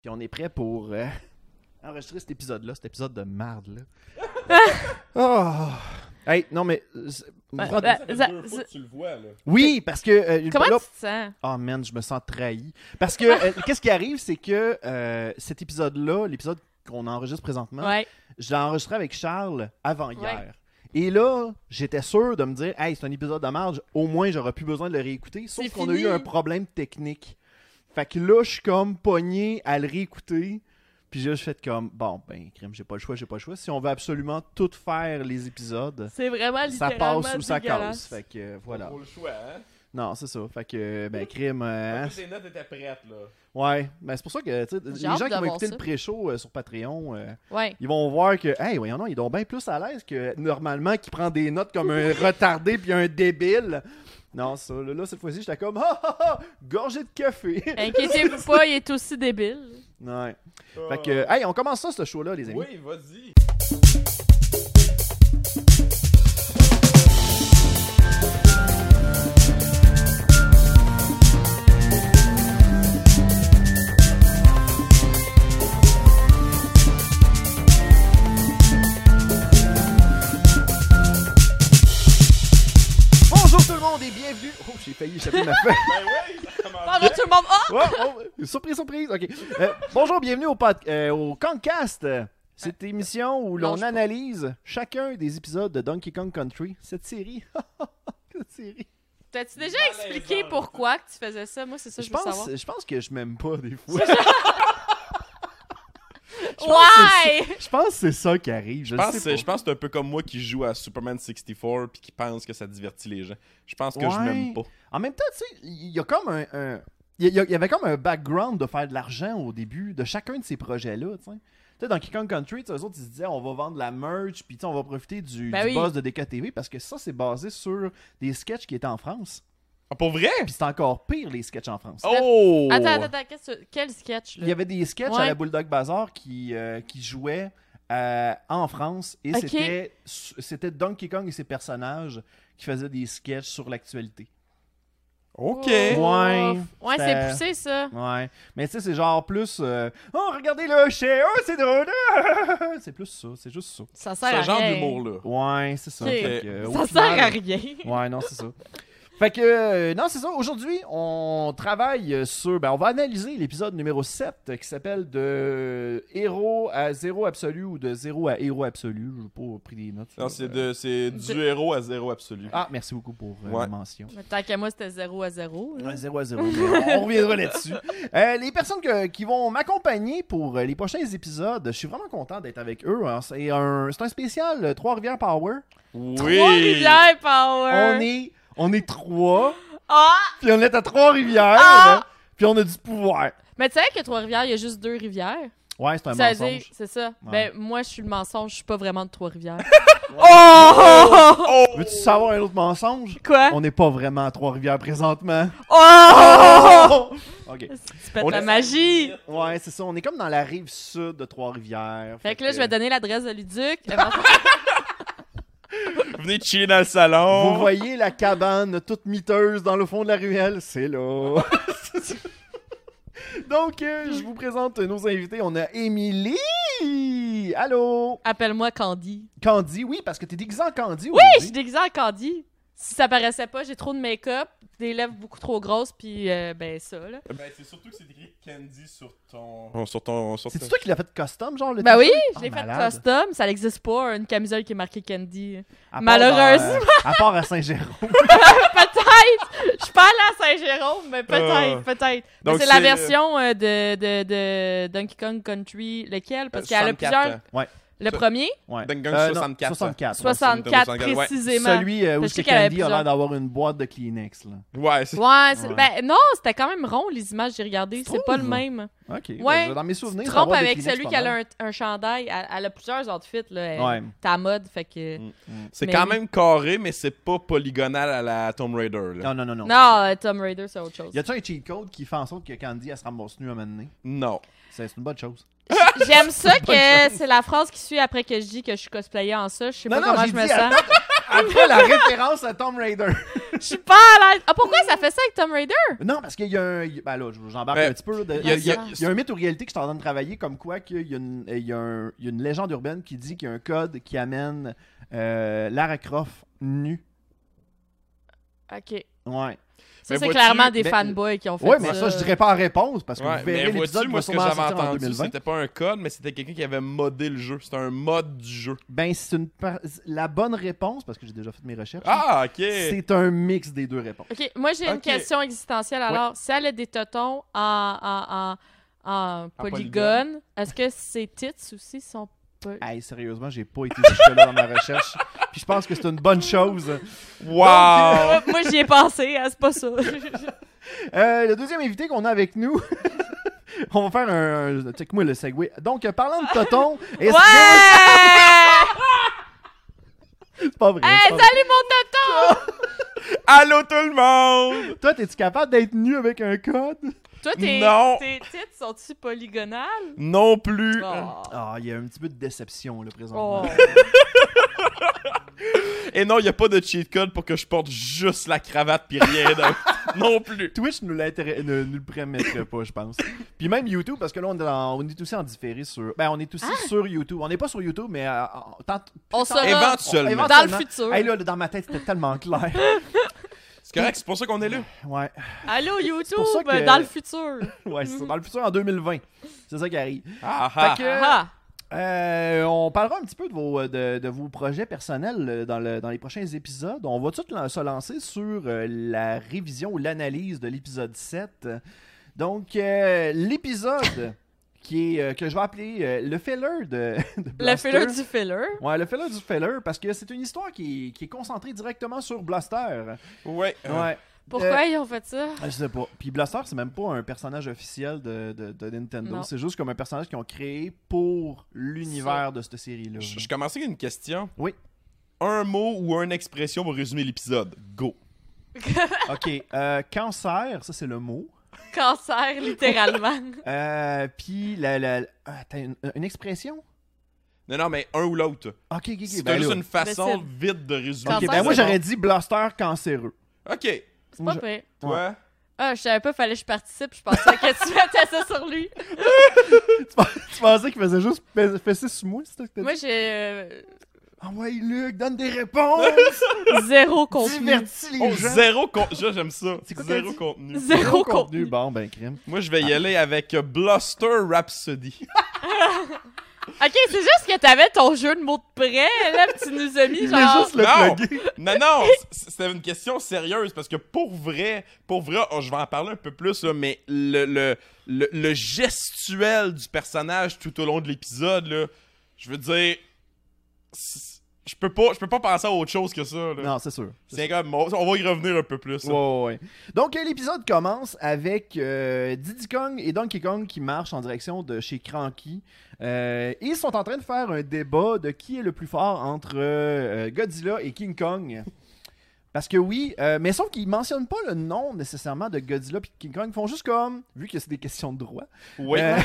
Puis on est prêt pour euh, enregistrer cet épisode-là, cet épisode de marde, là. oh. Hey, non, mais. euh, c'est- Ouais, Fran- ouais. Ça fait Bah, Ça- deux fois ça- que tu le vois, là. Oui, parce que. euh, Comment là- tu te sens? Oh man, je me sens trahi. Parce que, euh, qu'est-ce qui arrive, c'est que euh, cet épisode-là, l'épisode qu'on enregistre présentement, Ouais. je l'ai enregistré avec Charles avant hier. Et là, j'étais sûr de me dire, hey, c'est un épisode de marge, au moins j'aurais plus besoin de le réécouter. Sauf C'est qu'on a fini. eu un problème technique. Fait que là, je suis comme pogné à le réécouter. Puis là, je fais comme, bon, ben, crime, j'ai pas le choix, j'ai pas le choix. Si on veut absolument tout faire les épisodes, C'est vraiment ça littéralement passe ou ça dégueulasse. Oh. casse. Fait que euh, voilà. Pour le choix, hein. Non, c'est ça. Fait que, euh, ben, crime. euh, hein, Toutes les notes étaient prêtes, là. Ouais, ben c'est pour ça que tu sais, les gens hâte qui de vont voir écouter ça. le pré-show euh, sur Patreon, euh, Ouais. ils vont voir que, hey, voyons, non, ils sont bien plus à l'aise que normalement qui prend des notes comme un retardé puis un débile. Non, ça, là, là, cette fois-ci, j'étais comme, ah, ah, ah, gorgée de café. Inquiétez-vous pas, il est aussi débile. ouais. Fait que, hey, on commence ça, ce show-là, les amis. Ah. Oui, vas-y. Bonjour tout le monde et bienvenue. Oh, j'ai failli échapper ma feuille. Ben oui, ça commence Ah là, tout le monde. Ah! Oh, oh, surprise, surprise. OK. Euh, bonjour, bienvenue au, pod- euh, au Concast. Euh, Cette émission où l'on Lâche pas. analyse chacun des épisodes de Donkey Kong Country. Cette série. Cette série. T'as-tu déjà Malaisant. expliqué pourquoi que tu faisais ça? Moi, c'est ça que je, je, veux savoir. pense, je pense que je m'aime pas des fois. pense Why? je pense que c'est ça qui arrive. Je, Je le pense, sais je pense que c'est un peu comme moi qui joue à Superman 64 puis qui pense que ça divertit les gens. Je pense que je Ouais. m'aime pas. pas. En même temps, tu sais, il y a comme un. un- Il y, a- il y avait comme un background de faire de l'argent au début de chacun de ces projets-là, tu sais. Tu sais, dans Kong Country, tu sais, eux autres, ils se disaient on va vendre la merch, puis tu sais, on va profiter du, Ben du oui. buzz de DKTV, parce que ça, c'est basé sur des sketchs qui étaient en France. Ah, pour vrai? Puis c'est encore pire, les sketchs en France. Oh! Attends, attends, attends. qu'est-ce que- Quel sketch, là? Il y avait des sketchs à Ouais. la Bulldog Bazaar qui, euh, qui jouaient euh, en France et Ok. c'était- c'était Donkey Kong et ses personnages qui faisaient des sketchs sur l'actualité. Ok. Oh. Ouais. Ouais, Ça- c'est poussé, ça. Ouais. Mais tu sais, c'est genre plus. euh, oh, regardez le chez eux, c'est drôle. c'est plus ça, c'est juste ça. Ça sert à Ce rien. genre d'humour-là. Ouais, c'est ça. Ok. Fait que, euh, au Ça final- sert à rien. Ouais, non, c'est ça. Fait que, euh, non, c'est ça. Aujourd'hui, on travaille euh, sur. Ben, on va analyser l'épisode numéro 7 euh, qui s'appelle De héros à zéro absolu ou de zéro à héros absolu. Je n'ai pas pris des notes. Non, là. c'est de- c'est du De- héros à zéro absolu. Ah, merci beaucoup pour euh, Ouais. la mention. Mais tant qu'à moi, c'était 0 à 0. Ouais, 0 à 0. mais on reviendra là-dessus. Euh, les personnes que- qui vont m'accompagner pour euh, les prochains épisodes, je suis vraiment content d'être avec eux. hein. C'est un, c'est un spécial euh, Trois-Rivières Power. Oui! Trois-Rivières Power! On est on est trois, Ah! puis on est à Trois-Rivières, Ah! hein, puis on a du pouvoir. Mais tu sais que Trois-Rivières, il y a juste deux rivières. Ouais, c'est un Ça veut mensonge. dire- c'est ça. Ouais. Ben, moi, je suis le mensonge, je suis pas vraiment de Trois-Rivières. Oh! Veux-tu savoir un autre mensonge? Quoi? On n'est pas vraiment à Trois-Rivières présentement. Oh! OK. Tu pètes On la est- magie! Ouais, c'est ça. On est comme dans la rive sud de Trois-Rivières. Fait que là, je vais donner l'adresse de Luduc. Venez chiller dans le salon. Vous voyez la cabane toute miteuse dans le fond de la ruelle? C'est là. Donc, euh, je vous présente nos invités. On a Émilie! Allô? Appelle-moi Candy. Candy, oui, parce que t'es déguisé en Candy Je suis aujourd'hui. déguisée en Candy. Si ça paraissait pas, j'ai trop de make-up, des lèvres beaucoup trop grosses, puis euh, ben ça, là. Ben, c'est surtout que c'est écrit Candy sur ton. Oh, Sur ton. Sur C'est-tu toi qui l'as fait custom, genre? Le Ben oui, Ah, je l'ai fait malade. custom. Ça n'existe pas, une camisole qui est marquée Candy. À part Malheureusement. dans, euh, à part à Saint-Germain. peut-être! Je suis pas allée à Saint-Jérôme, mais peut-être, Euh, peut-être. Mais donc c'est la c'est- version euh, de, de, de Donkey Kong Country, lequel? Euh, Parce qu'il y en a plusieurs. Le Ça- premier, Ouais. Donkey Kong Euh, non, 64. 64. ouais. 64, Nintendo 64, ouais. précisément. Celui euh, où Parce que c'est je sais qu'elle avait Candy a l'air d'avoir une boîte de Kleenex. Là. Ouais, c'est. Ouais, c'est- Ouais. ben non, c'était quand même rond les images que j'ai regardées, Tu c'est pas le trouves? même. Ok. Ouais, ben, dans mes Tu souvenirs, te la trompes boîte de avec Kleenex, celui c'est qui pas a mal. un, un chandail, elle, elle a plusieurs outfits là, elle- Ouais. ta mode fait que Mm. C'est Mais quand oui. même carré, mais c'est pas polygonal à la Tomb Raider. Là. Non, non, non, non. non, euh, Tomb Raider c'est autre chose. Y a-tu un cheat code qui fait en sorte que Candy, elle se ramasse nue à un moment donné? Non. C'est c'est une bonne chose. J'aime ça Bonne que c'est la phrase qui suit après que je dis que je suis cosplayée en ça, je sais Non, pas non, comment j'ai je me dit, sens. Après la référence à Tomb Raider. Je suis pas à l'aise. Ah, pourquoi ça fait ça avec Tomb Raider? Non, parce qu'il y a un. Ben là, j'embarque Ben, un petit peu. là, de- il y a- il y a- Il y a un mythe ou réalité que je suis en train de travailler, comme quoi qu'il y a une, euh, il y a un- il y a une légende urbaine qui dit qu'il y a un code qui amène euh, Lara Croft nue. Ok. Ouais. Ça, c'est Mais vois-tu, clairement des mais- fanboys qui ont fait Ben, euh, Ouais, ça. mais ça, je dirais pas en réponse parce que Ouais, vous mais verrez l'épisode vois-tu, qui moi, va ce que j'avais sûrement sortir en entendu, 2020. c'était pas un code, mais c'était quelqu'un qui avait modé le jeu. C'était un mode du jeu. Ben, c'est une par- la bonne réponse parce que j'ai déjà fait mes recherches. Ah, ok. C'est un mix des deux réponses. Ok, moi j'ai une Ok. question existentielle. Alors, si elle a des totons en, en, en, en polygone, est-ce que ses tits aussi sont. pas- Hey, sérieusement, j'ai pas été jusque-là dans ma recherche. Puis je pense que c'est une bonne chose. Wow. moi j'y ai pensé, hein, c'est pas ça. Euh, le deuxième invité qu'on a avec nous. On va faire un. un- Check moi le segway. Donc, euh, parlant de Toton. ouais! est-ce que- C'est pas vrai. Hey, c'est pas vrai. salut mon toton! Allô tout le monde. Toi, es-tu capable d'être nu avec un code Toi, tes, Non. tes tits sont-tu polygonales? Non plus. Oh. Ah, il y a un petit peu de déception, là, présentement. Oh. Et non, il a pas de cheat code pour que je porte juste la cravate puis rien d'autre. non plus. Twitch nous, l'intérêt- ne, nous le permettrait pas, je pense. Puis même YouTube, parce que là, on est, en- on est aussi en différé sur. Ben, on est aussi Ah! sur YouTube. On n'est pas sur YouTube, mais. euh, en- tant- On sera Éventuellement. dans le Seulement. futur. Hey, là, dans ma tête, c'était tellement clair. C'est correct, c'est pour ça qu'on est là. Ouais. Allô YouTube, pour ça que- dans le futur. Ouais, c'est ça. Dans le futur, en 2020. C'est ça qui arrive. Ah, ah. Fait que- Ah. Euh, on parlera un petit peu de vos, euh, de, de vos projets personnels euh, dans, le- dans les prochains épisodes. On va tout lan- se lancer sur euh, la révision ou l'analyse de l'épisode 7. Donc, euh, l'épisode qui est, euh, que je vais appeler euh, le filler de, de Le Blaster. filler du filler. Ouais, le filler du filler, parce que c'est une histoire qui, qui est concentrée directement sur Blaster. Ouais. euh, Ouais, Pourquoi ils ont fait ça? Ah, je sais pas. Puis Blaster, c'est même pas un personnage officiel de, de- de Nintendo. Non. C'est juste comme un personnage qu'ils ont créé pour l'univers de cette série-là. Je, je commençais avec une question. Mm-hmm. Oui. Un mot ou une expression pour résumer l'épisode. Go. OK. euh, cancer, ça c'est le mot. Cancer, littéralement. Euh, Puis la. la- la- ah, t'as une, une expression? Non, non, mais un ou l'autre. OK, OK, C'est OK. Ben, juste là. une façon vite de résumer. OK, Cancer, ben moi c'est j'aurais dit blaster cancéreux. Ok. C'est Moi, pas je- vrai. Toi. Ah, je savais pas, fallait que je participe. Je pensais que tu mettais ça sur lui. tu pensais qu'il faisait juste pe- fesser sous moi, c'est ça que t'as dit? Moi, j'ai euh, Ah ouais, Luc, donne des réponses! zéro contenu. Divertis les Oh, gens! zéro contenu. J'aime ça. C'est quoi zéro t'as dit? contenu. Zéro contenu. Bon, ben crime. Moi, je vais y aller avec euh, Bluster Rhapsody. Ok, c'est juste que t'avais ton jeu de mots de près, là, pis tu nous as mis Il genre. est juste le Non. plugger. non, non, c- c'était une question sérieuse parce que pour vrai, pour vrai, oh, je vais en parler un peu plus, là, mais le, le, le, le gestuel du personnage tout au long de l'épisode, là, je veux dire, c- je peux pas, je peux pas penser à autre chose que ça. là. Non, c'est sûr. C'est comme, on on va y revenir un peu plus. là. Ouais, ouais, ouais. Donc, euh, l'épisode commence avec euh, Diddy Kong et Donkey Kong qui marchent en direction de chez Cranky. Euh, ils sont en train de faire un débat de qui est le plus fort entre euh, Godzilla et King Kong. Parce que oui, euh, mais sauf qu'ils mentionnent pas le nom nécessairement de Godzilla et King Kong. Ils font juste comme, vu que c'est des questions de droit, Oui. euh,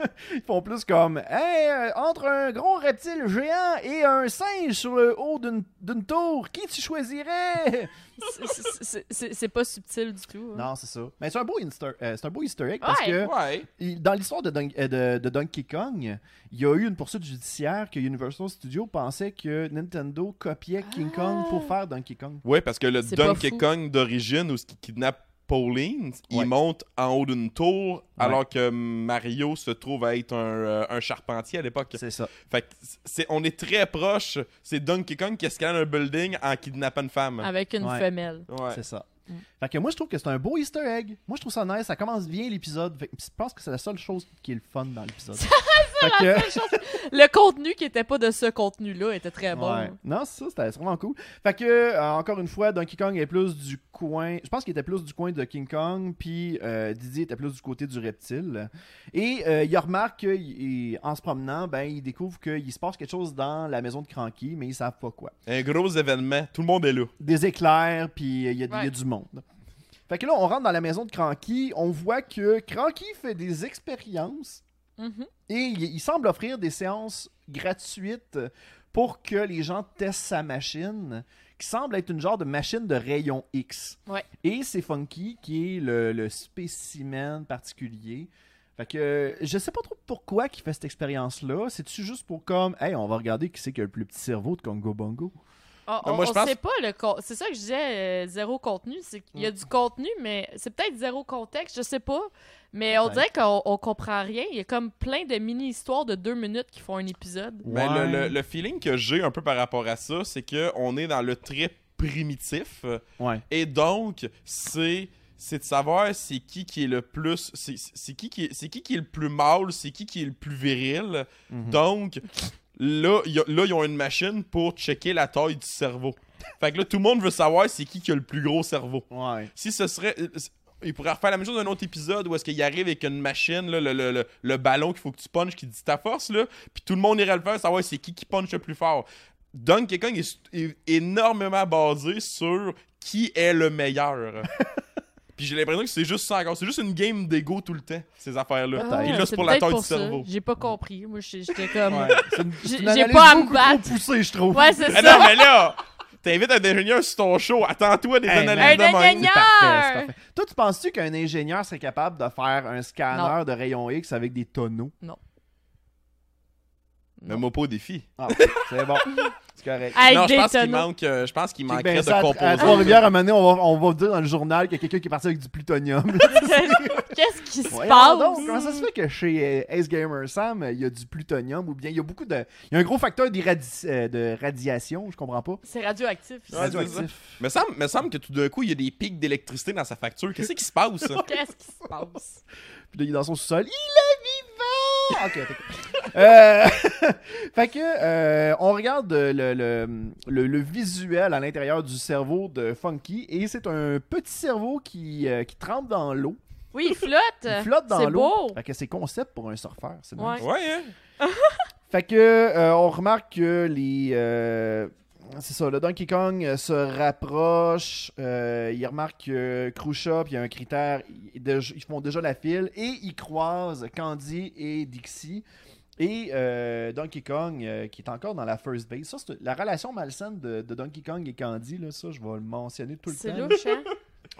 ils font plus comme Hey, euh, entre un gros reptile géant et un singe sur le haut d'une d'une tour, qui tu choisirais C'est- c'est- c'est- C'est c'est pas subtil du tout. hein. Non, c'est ça. Mais c'est un beau Easter, euh, c'est un beau Easter egg parce Ouais. que Ouais. il- dans l'histoire de, Dun- euh, de- de Donkey Kong, il y a eu une poursuite judiciaire que Universal Studios pensait que Nintendo copiait King Kong Ah. pour faire Donkey Kong. Ouais, parce que le C'est pas Donkey fou. Kong d'origine, où ce qui kidnappe Pauline, Ouais. il monte en haut d'une tour, Ouais. alors que Mario se trouve à être un, euh, un charpentier à l'époque. C'est ça. Fait que c'est, on est très proche. C'est Donkey Kong qui escalade un building en kidnappant une femme. Avec une Ouais. femelle. Ouais. Ah. C'est ça. Mm. Fait que moi, je trouve que c'est un beau Easter egg. Moi, je trouve ça nice. Ça commence bien l'épisode. Fait que Je pense que c'est la seule chose qui est le fun dans l'épisode. Fait que- Le contenu qui était pas de ce contenu-là était très bon. Ouais. Non, c'est ça, c'était c'est vraiment cool. Fait que, euh, encore une fois, Donkey Kong est plus du coin. Je pense qu'il était plus du coin de King Kong, puis euh, Didier était plus du côté du reptile. Et euh, il remarque qu'en se promenant, ben, il découvre qu'il se passe quelque chose dans la maison de Cranky, mais ils savent pas quoi. Un gros événement. Tout le monde est là. Des éclairs, puis euh, il y, a- il y a Ouais. du monde. Fait que là, on rentre dans la maison de Cranky, on voit que Cranky fait des expériences. Mhm. Et il, il semble offrir des séances gratuites pour que les gens testent sa machine. qui semble être une genre de machine de rayon X. Ouais. Et c'est Funky qui est le, le spécimen particulier. Fait que euh, je sais pas trop pourquoi qu'il fait cette expérience-là. C'est-tu juste pour comme, hey, on va regarder qui c'est qui a le plus petit cerveau de Congo Bongo? Ah, on Non, moi, je on pense- sait pas le con- C'est ça que je disais, euh, zéro contenu. C'est qu'il Mm. y a du contenu, mais c'est peut-être zéro contexte, je sais pas. Mais on dirait Peut-être. qu'on on comprend rien. Il y a comme plein de mini-histoires de deux minutes qui font un épisode. Ben, Ouais. le, le- le feeling que j'ai un peu par rapport à ça, c'est que on est dans le trip primitif. euh, Ouais. Et donc, c'est c'est de savoir c'est qui qui est le plus c'est c'est qui qui est- c'est qui qui est le plus mâle, c'est qui qui est le plus viril. Mhm. Donc là, il y a- là ils ont une machine pour checker la taille du cerveau. Fait que là tout le monde veut savoir c'est qui qui a le plus gros cerveau. Ouais. Si ce serait euh, il pourrait refaire la même chose dans un autre épisode où est-ce qu'il arrive avec une machine, là, le, le- le- le ballon qu'il faut que tu punches qui dit ta force, là, puis tout le monde irait le faire, savoir c'est qui qui punch le plus fort. Donkey Kong est, est énormément basé sur qui est le meilleur. puis j'ai l'impression que c'est juste ça encore. C'est juste une game d'ego tout le temps, ces affaires-là. Ah, Et là, c'est pour la peut-être taille du ça. cerveau. J'ai pas compris. Moi, j'ai- j'étais comme. Ouais. Ouais, C'est une- c'est J'ai- une j'ai analyse pas à me beaucoup battre. trop poussée, je trouve. c'est ça. Ah non, mais là, t'invites un ingénieur sur ton show, attends-toi des Hey, analyses Un mais- de C'est même. parfait, c'est ingénieur! parfait. Toi, tu penses-tu qu'un ingénieur serait capable de faire un scanner de rayon X avec des tonneaux? Mais moi pas au défi. Ah, c'est bon. C'est correct. Avec non, je des pense qu'il tonneaux. manque, euh, je pense qu'il Check manquerait bien de ça, à- composer. à Trois-Rivières, à un moment donné, on va, on va dire dans le journal qu'il y a quelqu'un qui est parti avec du plutonium. Qu'est-ce qui se Voyons passe? donc, comment ça se fait que chez euh, Ace Gamer Sam, euh, il y a du plutonium ou bien il y a beaucoup de. Il y a un gros facteur d'irradi- euh, de radiation, je comprends pas. C'est radioactif. C'est Ouais, c'est radioactif. Me semble, me semble que tout d'un coup, il y a des pics d'électricité dans sa facture. Qu'est-ce qui se passe? Qu'est-ce qui se passe? Puis là, il est dans son sous-sol. Il est vivant! Ok, t'es- Euh, Fait que, euh, on regarde euh, le, le, le- le visuel à l'intérieur du cerveau de Funky et c'est un petit cerveau qui, euh, qui trempe dans l'eau. Oui, il flotte. Il flotte dans Euh, C'est l'eau. beau. Fait que c'est concept pour un surfeur. C'est Ouais. nice. Ouais, hein? Fait que, euh, on remarque que les. euh, c'est ça, le Donkey Kong euh, se rapproche. euh, il remarque que Krusha, puis il y a un critère. Ils, déj- ils font déjà la file et ils croisent Candy et Dixie. Et euh, Donkey Kong, euh, qui est encore dans la first base. Ça, c'est la relation malsaine de, de Donkey Kong et Candy, là, ça, je vais le mentionner tout le C'est temps. louche, hein?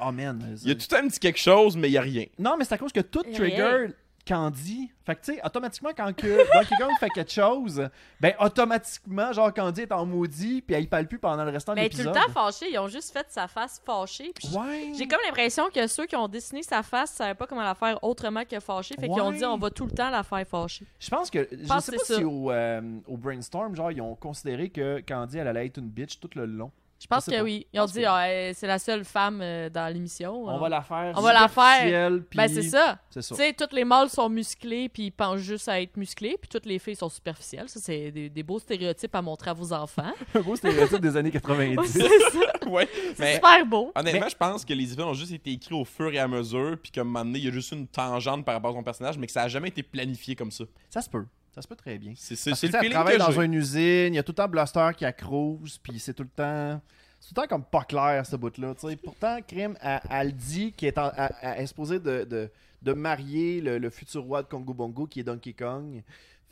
Oh man. Il y a tout un petit quelque chose, mais il y a rien. Non, mais c'est à cause que tout Et trigger Candy. Fait que, tu sais, automatiquement, quand que Donkey Kong fait quelque chose, ben, automatiquement, genre, Candy est en maudit, puis elle parle plus pendant le restant de Mais Ben, tout le l'épisode. temps fâché. Ils ont juste fait sa face fâchée. Puis Ouais. J'ai comme l'impression que ceux qui ont dessiné sa face savaient pas comment la faire autrement que fâchée. Fait qu'ils ont Ouais. dit on va tout le temps la faire fâchée. Je pense que. Je pense sais que pas c'est si ça. au, euh, au brainstorm, genre, ils ont considéré que Candy, elle allait être une bitch tout le long. Je pense Je sais que pas. oui. Ils ont pense dit que- Ah, euh, c'est la seule femme euh, dans l'émission. On Euh, va la faire. On va la faire. superficielle, puis- Ben c'est ça. C'est ça. Tu sais, toutes les mâles sont musclés puis ils pensent juste à être musclés puis toutes les filles sont superficielles. Ça c'est des, des beaux stéréotypes à montrer à vos enfants. Un beau stéréotype des années 90. Ouais, c'est ça. ouais. C'est Mais super beau. honnêtement, je pense que les épisodes ont juste été écrits au fur et à mesure, puis comme un moment donné, il y a juste une tangente par rapport à son personnage, mais que ça a jamais été planifié comme ça. Ça se peut. Ça se peut très bien. C'est c'est- Parce c'est que, tu le sais, elle feeling travaille que dans j'ai. une usine, il y a tout le temps Blaster qui accrouse, puis c'est tout le temps. C'est tout le temps comme pas clair ce bout-là. tu sais. Pourtant, Krim, elle, elle dit qu'elle est en- elle- elle est supposée de, de, de marier le, le futur roi de Congo Bongo qui est Donkey Kong.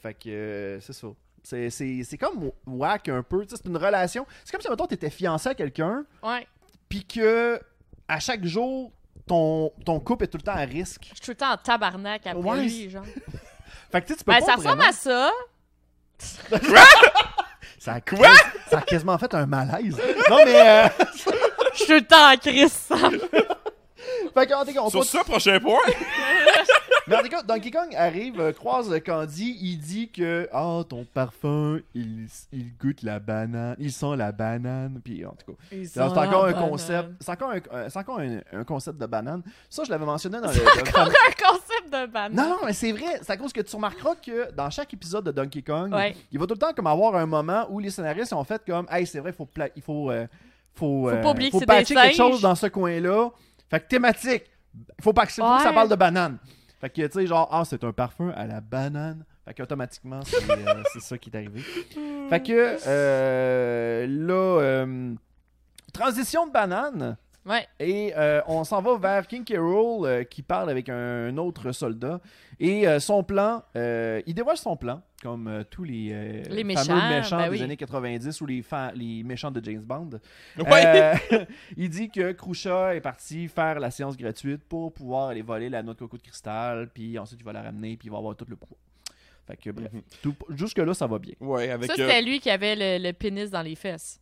Fait que euh, c'est ça. C'est- C'est c'est comme whack un peu. tu sais, C'est une relation. C'est comme si, mettons, t'étais fiancé à quelqu'un, Ouais. puis que à chaque jour, ton, ton couple est tout le temps à risque. Je suis tout le temps en tabarnak après Ouais, lui genre. Fait que tu sais, tu peux Ben, pas ça vraiment- ressemble à ça. Ça a, ça a quasiment fait un malaise. Non, mais... euh, Je suis tout le temps en crise. Fait que, en tout cas, on Sur peut- ça, prochain point! Mais en tout cas, Donkey Kong arrive, euh, croise Candy, il dit que « Ah, ton parfum, il, il goûte la banane, il sent la banane. » Puis en tout cas, c'est encore un concept, c'est encore, un, euh, c'est encore un, un concept de banane. Ça, je l'avais mentionné dans le... dans le fameux- un concept de banane. Non, non, mais c'est vrai, c'est à cause que tu remarqueras que dans chaque épisode de Donkey Kong, Ouais. il va tout le temps comme avoir un moment où les scénaristes ont fait comme « Hey, c'est vrai, faut pla- il faut... euh, faut, Faut pas oublier que faut c'est patcher des quelque singes. chose dans ce coin-là. » Fait que thématique, faut pas que faut que ça Ouais. parle de banane. Fait que, tu sais, genre, ah, c'est un parfum à la banane. Fait qu'automatiquement, c'est euh, c'est ça qui est arrivé. Fait que, euh, là, euh, transition de banane. Ouais. Et euh, on s'en va vers King Carol euh, qui parle avec un autre soldat. Et euh, son plan, euh, il dévoile son plan, comme euh, tous les, euh, Les méchants, fameux méchants ben des oui. années 90 ou les, fa- les méchants de James Bond. Ouais! Euh, il dit que Krusha est parti faire la séance gratuite pour pouvoir aller voler la noix de coco de cristal, puis ensuite il va la ramener, puis il va avoir tout le poids. Fait que bref, tout- jusque-là, ça va bien. Ouais, avec. Ça, euh, c'était lui qui avait le, le pénis dans les fesses.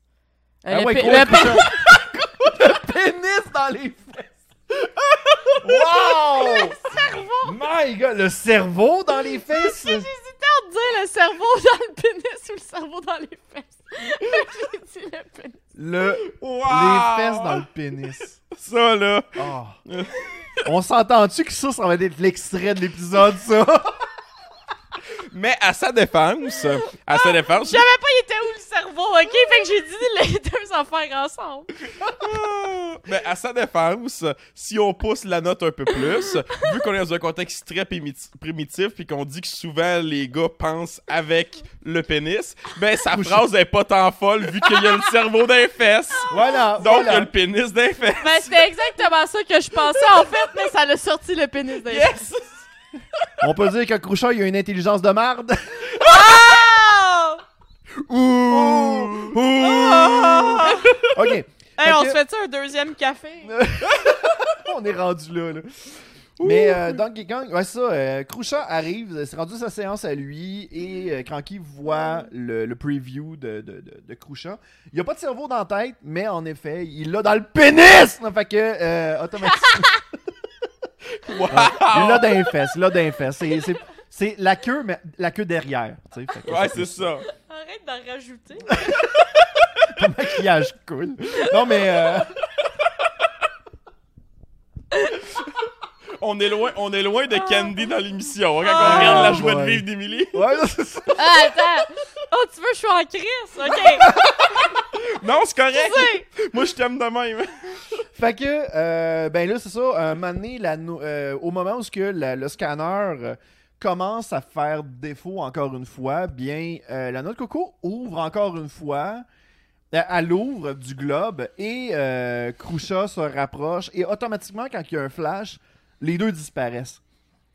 Euh, Ah le ouais, pe- gros, le Krusha. pénis dans les fesses! Wow! My God, le cerveau dans les fesses! pe- dire le cerveau dans le pénis ou le cerveau dans les fesses. J'ai dit le pénis. Le, wow! Les fesses dans le pénis. Ça, là. Ah. On s'entend-tu que ça, ça va être l'extrait de l'épisode, ça? Mais à sa défense, à sa défense, J'avais pas, il était où le cerveau, ok? Fait que j'ai dit les deux affaires ensemble. Mais à sa défense, si on pousse la note un peu plus, vu qu'on est dans un contexte très primi- primitif puis qu'on dit que souvent les gars pensent avec le pénis, ben sa phrase est pas tant folle vu qu'il y a le cerveau d'un fesses. Voilà, Donc il y voilà. a le pénis d'un fesses. Ben, c'était exactement ça que je pensais en fait, mais ça l'a sorti le pénis des fesses. Yes! On peut dire que Crouchard, il a une intelligence de marde. Ah! Oh! Ouh! Ah! Ouh! OK, Hey, on Fait que- se fait ça un deuxième café? on est rendu là, là. Mais euh, Donkey Kong, ouais, c'est ça, euh, Crouchard arrive, euh, c'est rendu sa séance à lui, et euh, Cranky voit le, le preview de, de, de, de Crouchard. Il a pas de cerveau dans la tête, mais en effet, il l'a dans le pénis! Fait que, euh, automatiquement, Wow! il l'a dans les fesses, il l'a dans les fesses. C'est- c'est- C'est la queue, mais la queue derrière, tu sais. Fait que Ouais, c'est ça. Arrête d'en rajouter. Le maquillage cool. Non, mais... euh, On est loin, on est loin de Candy dans l'émission. hein, Quand Ah. on regarde la joie de Ouais. vivre d'Emily. Ouais, là, c'est ça. Ah, attends! Oh, tu veux, je suis en crise? Ok, Non, c'est correct. tu sais! Moi, je t'aime de même. Fait que, euh, ben là, c'est ça, un moment donné, la no- euh, au moment où ce que la- le scanner euh, commence à faire défaut encore une fois, bien, euh, la noix de coco ouvre encore une fois, euh, elle ouvre du globe et euh, Krusha se rapproche et automatiquement, quand il y a un flash, les deux disparaissent.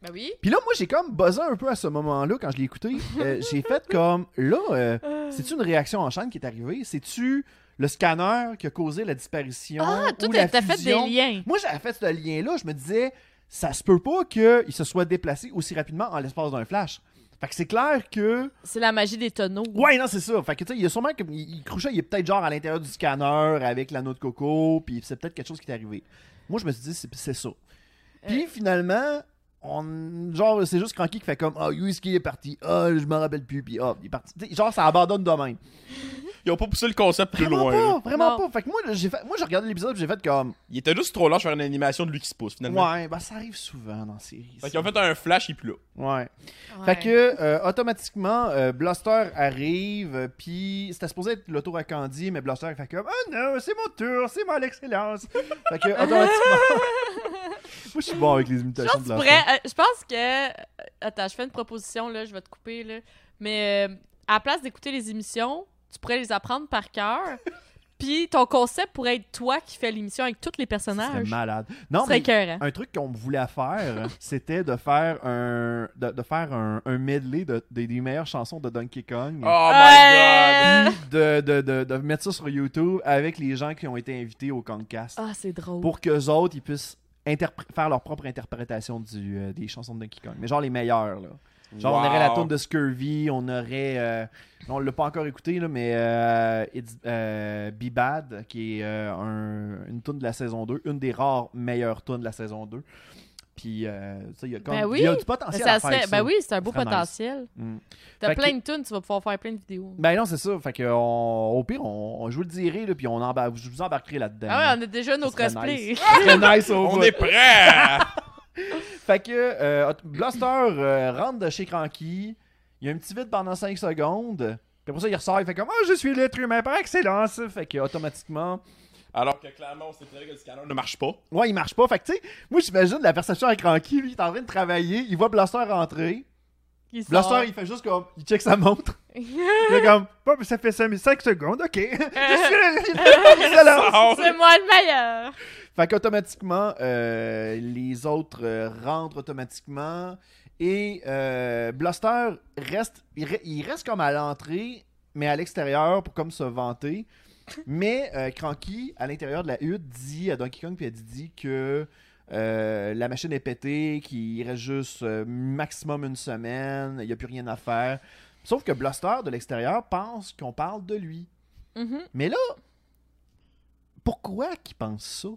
Ben oui. Puis là, moi, j'ai comme buzzé un peu à ce moment-là quand je l'ai écouté. Euh, j'ai fait comme, là, euh, c'est-tu une réaction en chaîne qui est arrivée? C'est-tu le scanner qui a causé la disparition? Ah, ou tout la t'as fait des fusion? liens. Moi, j'avais fait ce lien-là. Je me disais, ça se peut pas qu'il se soit déplacé aussi rapidement en l'espace d'un flash. Fait que c'est clair que. C'est la magie des tonneaux. Ouais, non, c'est ça. Fait que, tu sais, il y a sûrement. Comme... Il, il Crouchat, il est peut-être genre à l'intérieur du scanner avec l'anneau de coco, puis c'est peut-être quelque chose qui est arrivé. Moi, je me suis dit, c'est c'est ça. Puis finalement, on... genre, c'est juste Cranky qui fait comme, ah, oh, qui est parti, ah, je me rappelle plus, puis ah, il est parti. Tu sais, genre, ça abandonne de même. Ils ont pas poussé le concept plus Vraiment loin. là. pas, vraiment Non. pas. Fait que moi, là, j'ai fait... moi, j'ai regardé l'épisode, puis j'ai fait comme, Il était juste trop lent de faire une animation de lui qui se pousse finalement. ouais, ben, ça arrive souvent dans la série. Fait ça. qu'ils ont fait un flash, il est plus là. Ouais. Fait que euh, automatiquement, euh, Blaster arrive, euh, puis c'était supposé être le tour à Candy, mais Blaster il fait comme Oh non, c'est mon tour, c'est moi l'excellence. fait que automatiquement. Moi je suis bon avec les Je imitations pense, de que tu Blaster. pourrais- euh, je pense que. euh, Attends, je fais une proposition, là, je vais te couper, là. Mais euh, à la place d'écouter les émissions, tu pourrais les apprendre par cœur. Puis ton concept pourrait être toi qui fais l'émission avec tous les Ce serait personnages. malade. Ce Non, serait mais écœurant. un truc qu'on voulait faire, c'était de faire un de, de faire un, un medley de, des- des meilleures chansons de Donkey Kong. Oh my Ouais. god! De, de, de, de mettre ça sur YouTube avec les gens qui ont été invités au Concast. Ah, c'est drôle. pour que les autres ils puissent interpr- faire leur propre interprétation du, euh, des chansons de Donkey Kong. Mais genre les meilleures là. Genre on aurait la Wow. tune de Scurvy, on aurait euh, on l'a pas encore écouté là, mais euh, It's euh, Be Bad qui est euh, un- une tune de la saison 2, une des rares meilleures tunes de la saison 2. Puis euh, ça, il y a comme- Ben oui. il y a du Mais potentiel ça à faire serait- avec ça. ben oui, c'est un beau Ça serait potentiel. Mm. T'as Fait plein que- de tunes, tu vas pouvoir faire plein de vidéos. Ben non, c'est ça. Fait que on- au pire, on, on- je vous le dirai là, puis on embar- je vous embarquerai là-dedans. ah ouais, on a déjà nos serait cosplays. nice. Très nice au On bout. est prêt! Fait que euh, Hot- Blaster euh, rentre de chez Cranky, il y a un petit vide pendant 5 secondes, puis après ça il ressort, il fait comme Ah, je suis l'être humain par excellence! Fait que automatiquement, Alors que clairement, on sait très bien que le scanner ne marche pas. ouais, il marche pas. Fait que tu sais, moi j'imagine la perception avec Cranky, lui, il est en train de travailler, il voit Blaster rentrer, Il sort. Blaster il fait juste comme, il check sa montre, Il est comme, bon, ça fait 5, 5 secondes, ok. Je suis C'est là. moi le meilleur! Fait qu'automatiquement, euh, les autres euh, rentrent automatiquement. Et euh, Blaster reste, il, re- il reste comme à l'entrée, mais à l'extérieur pour comme se vanter. Mais euh, Cranky, à l'intérieur de la hutte, dit à Donkey Kong puis elle dit que euh, la machine est pétée, qu'il reste juste euh, maximum une semaine, il n'y a plus rien à faire. Sauf que Blaster, de l'extérieur, pense qu'on parle de lui. Mhm. Mais là, pourquoi qu'il pense ça?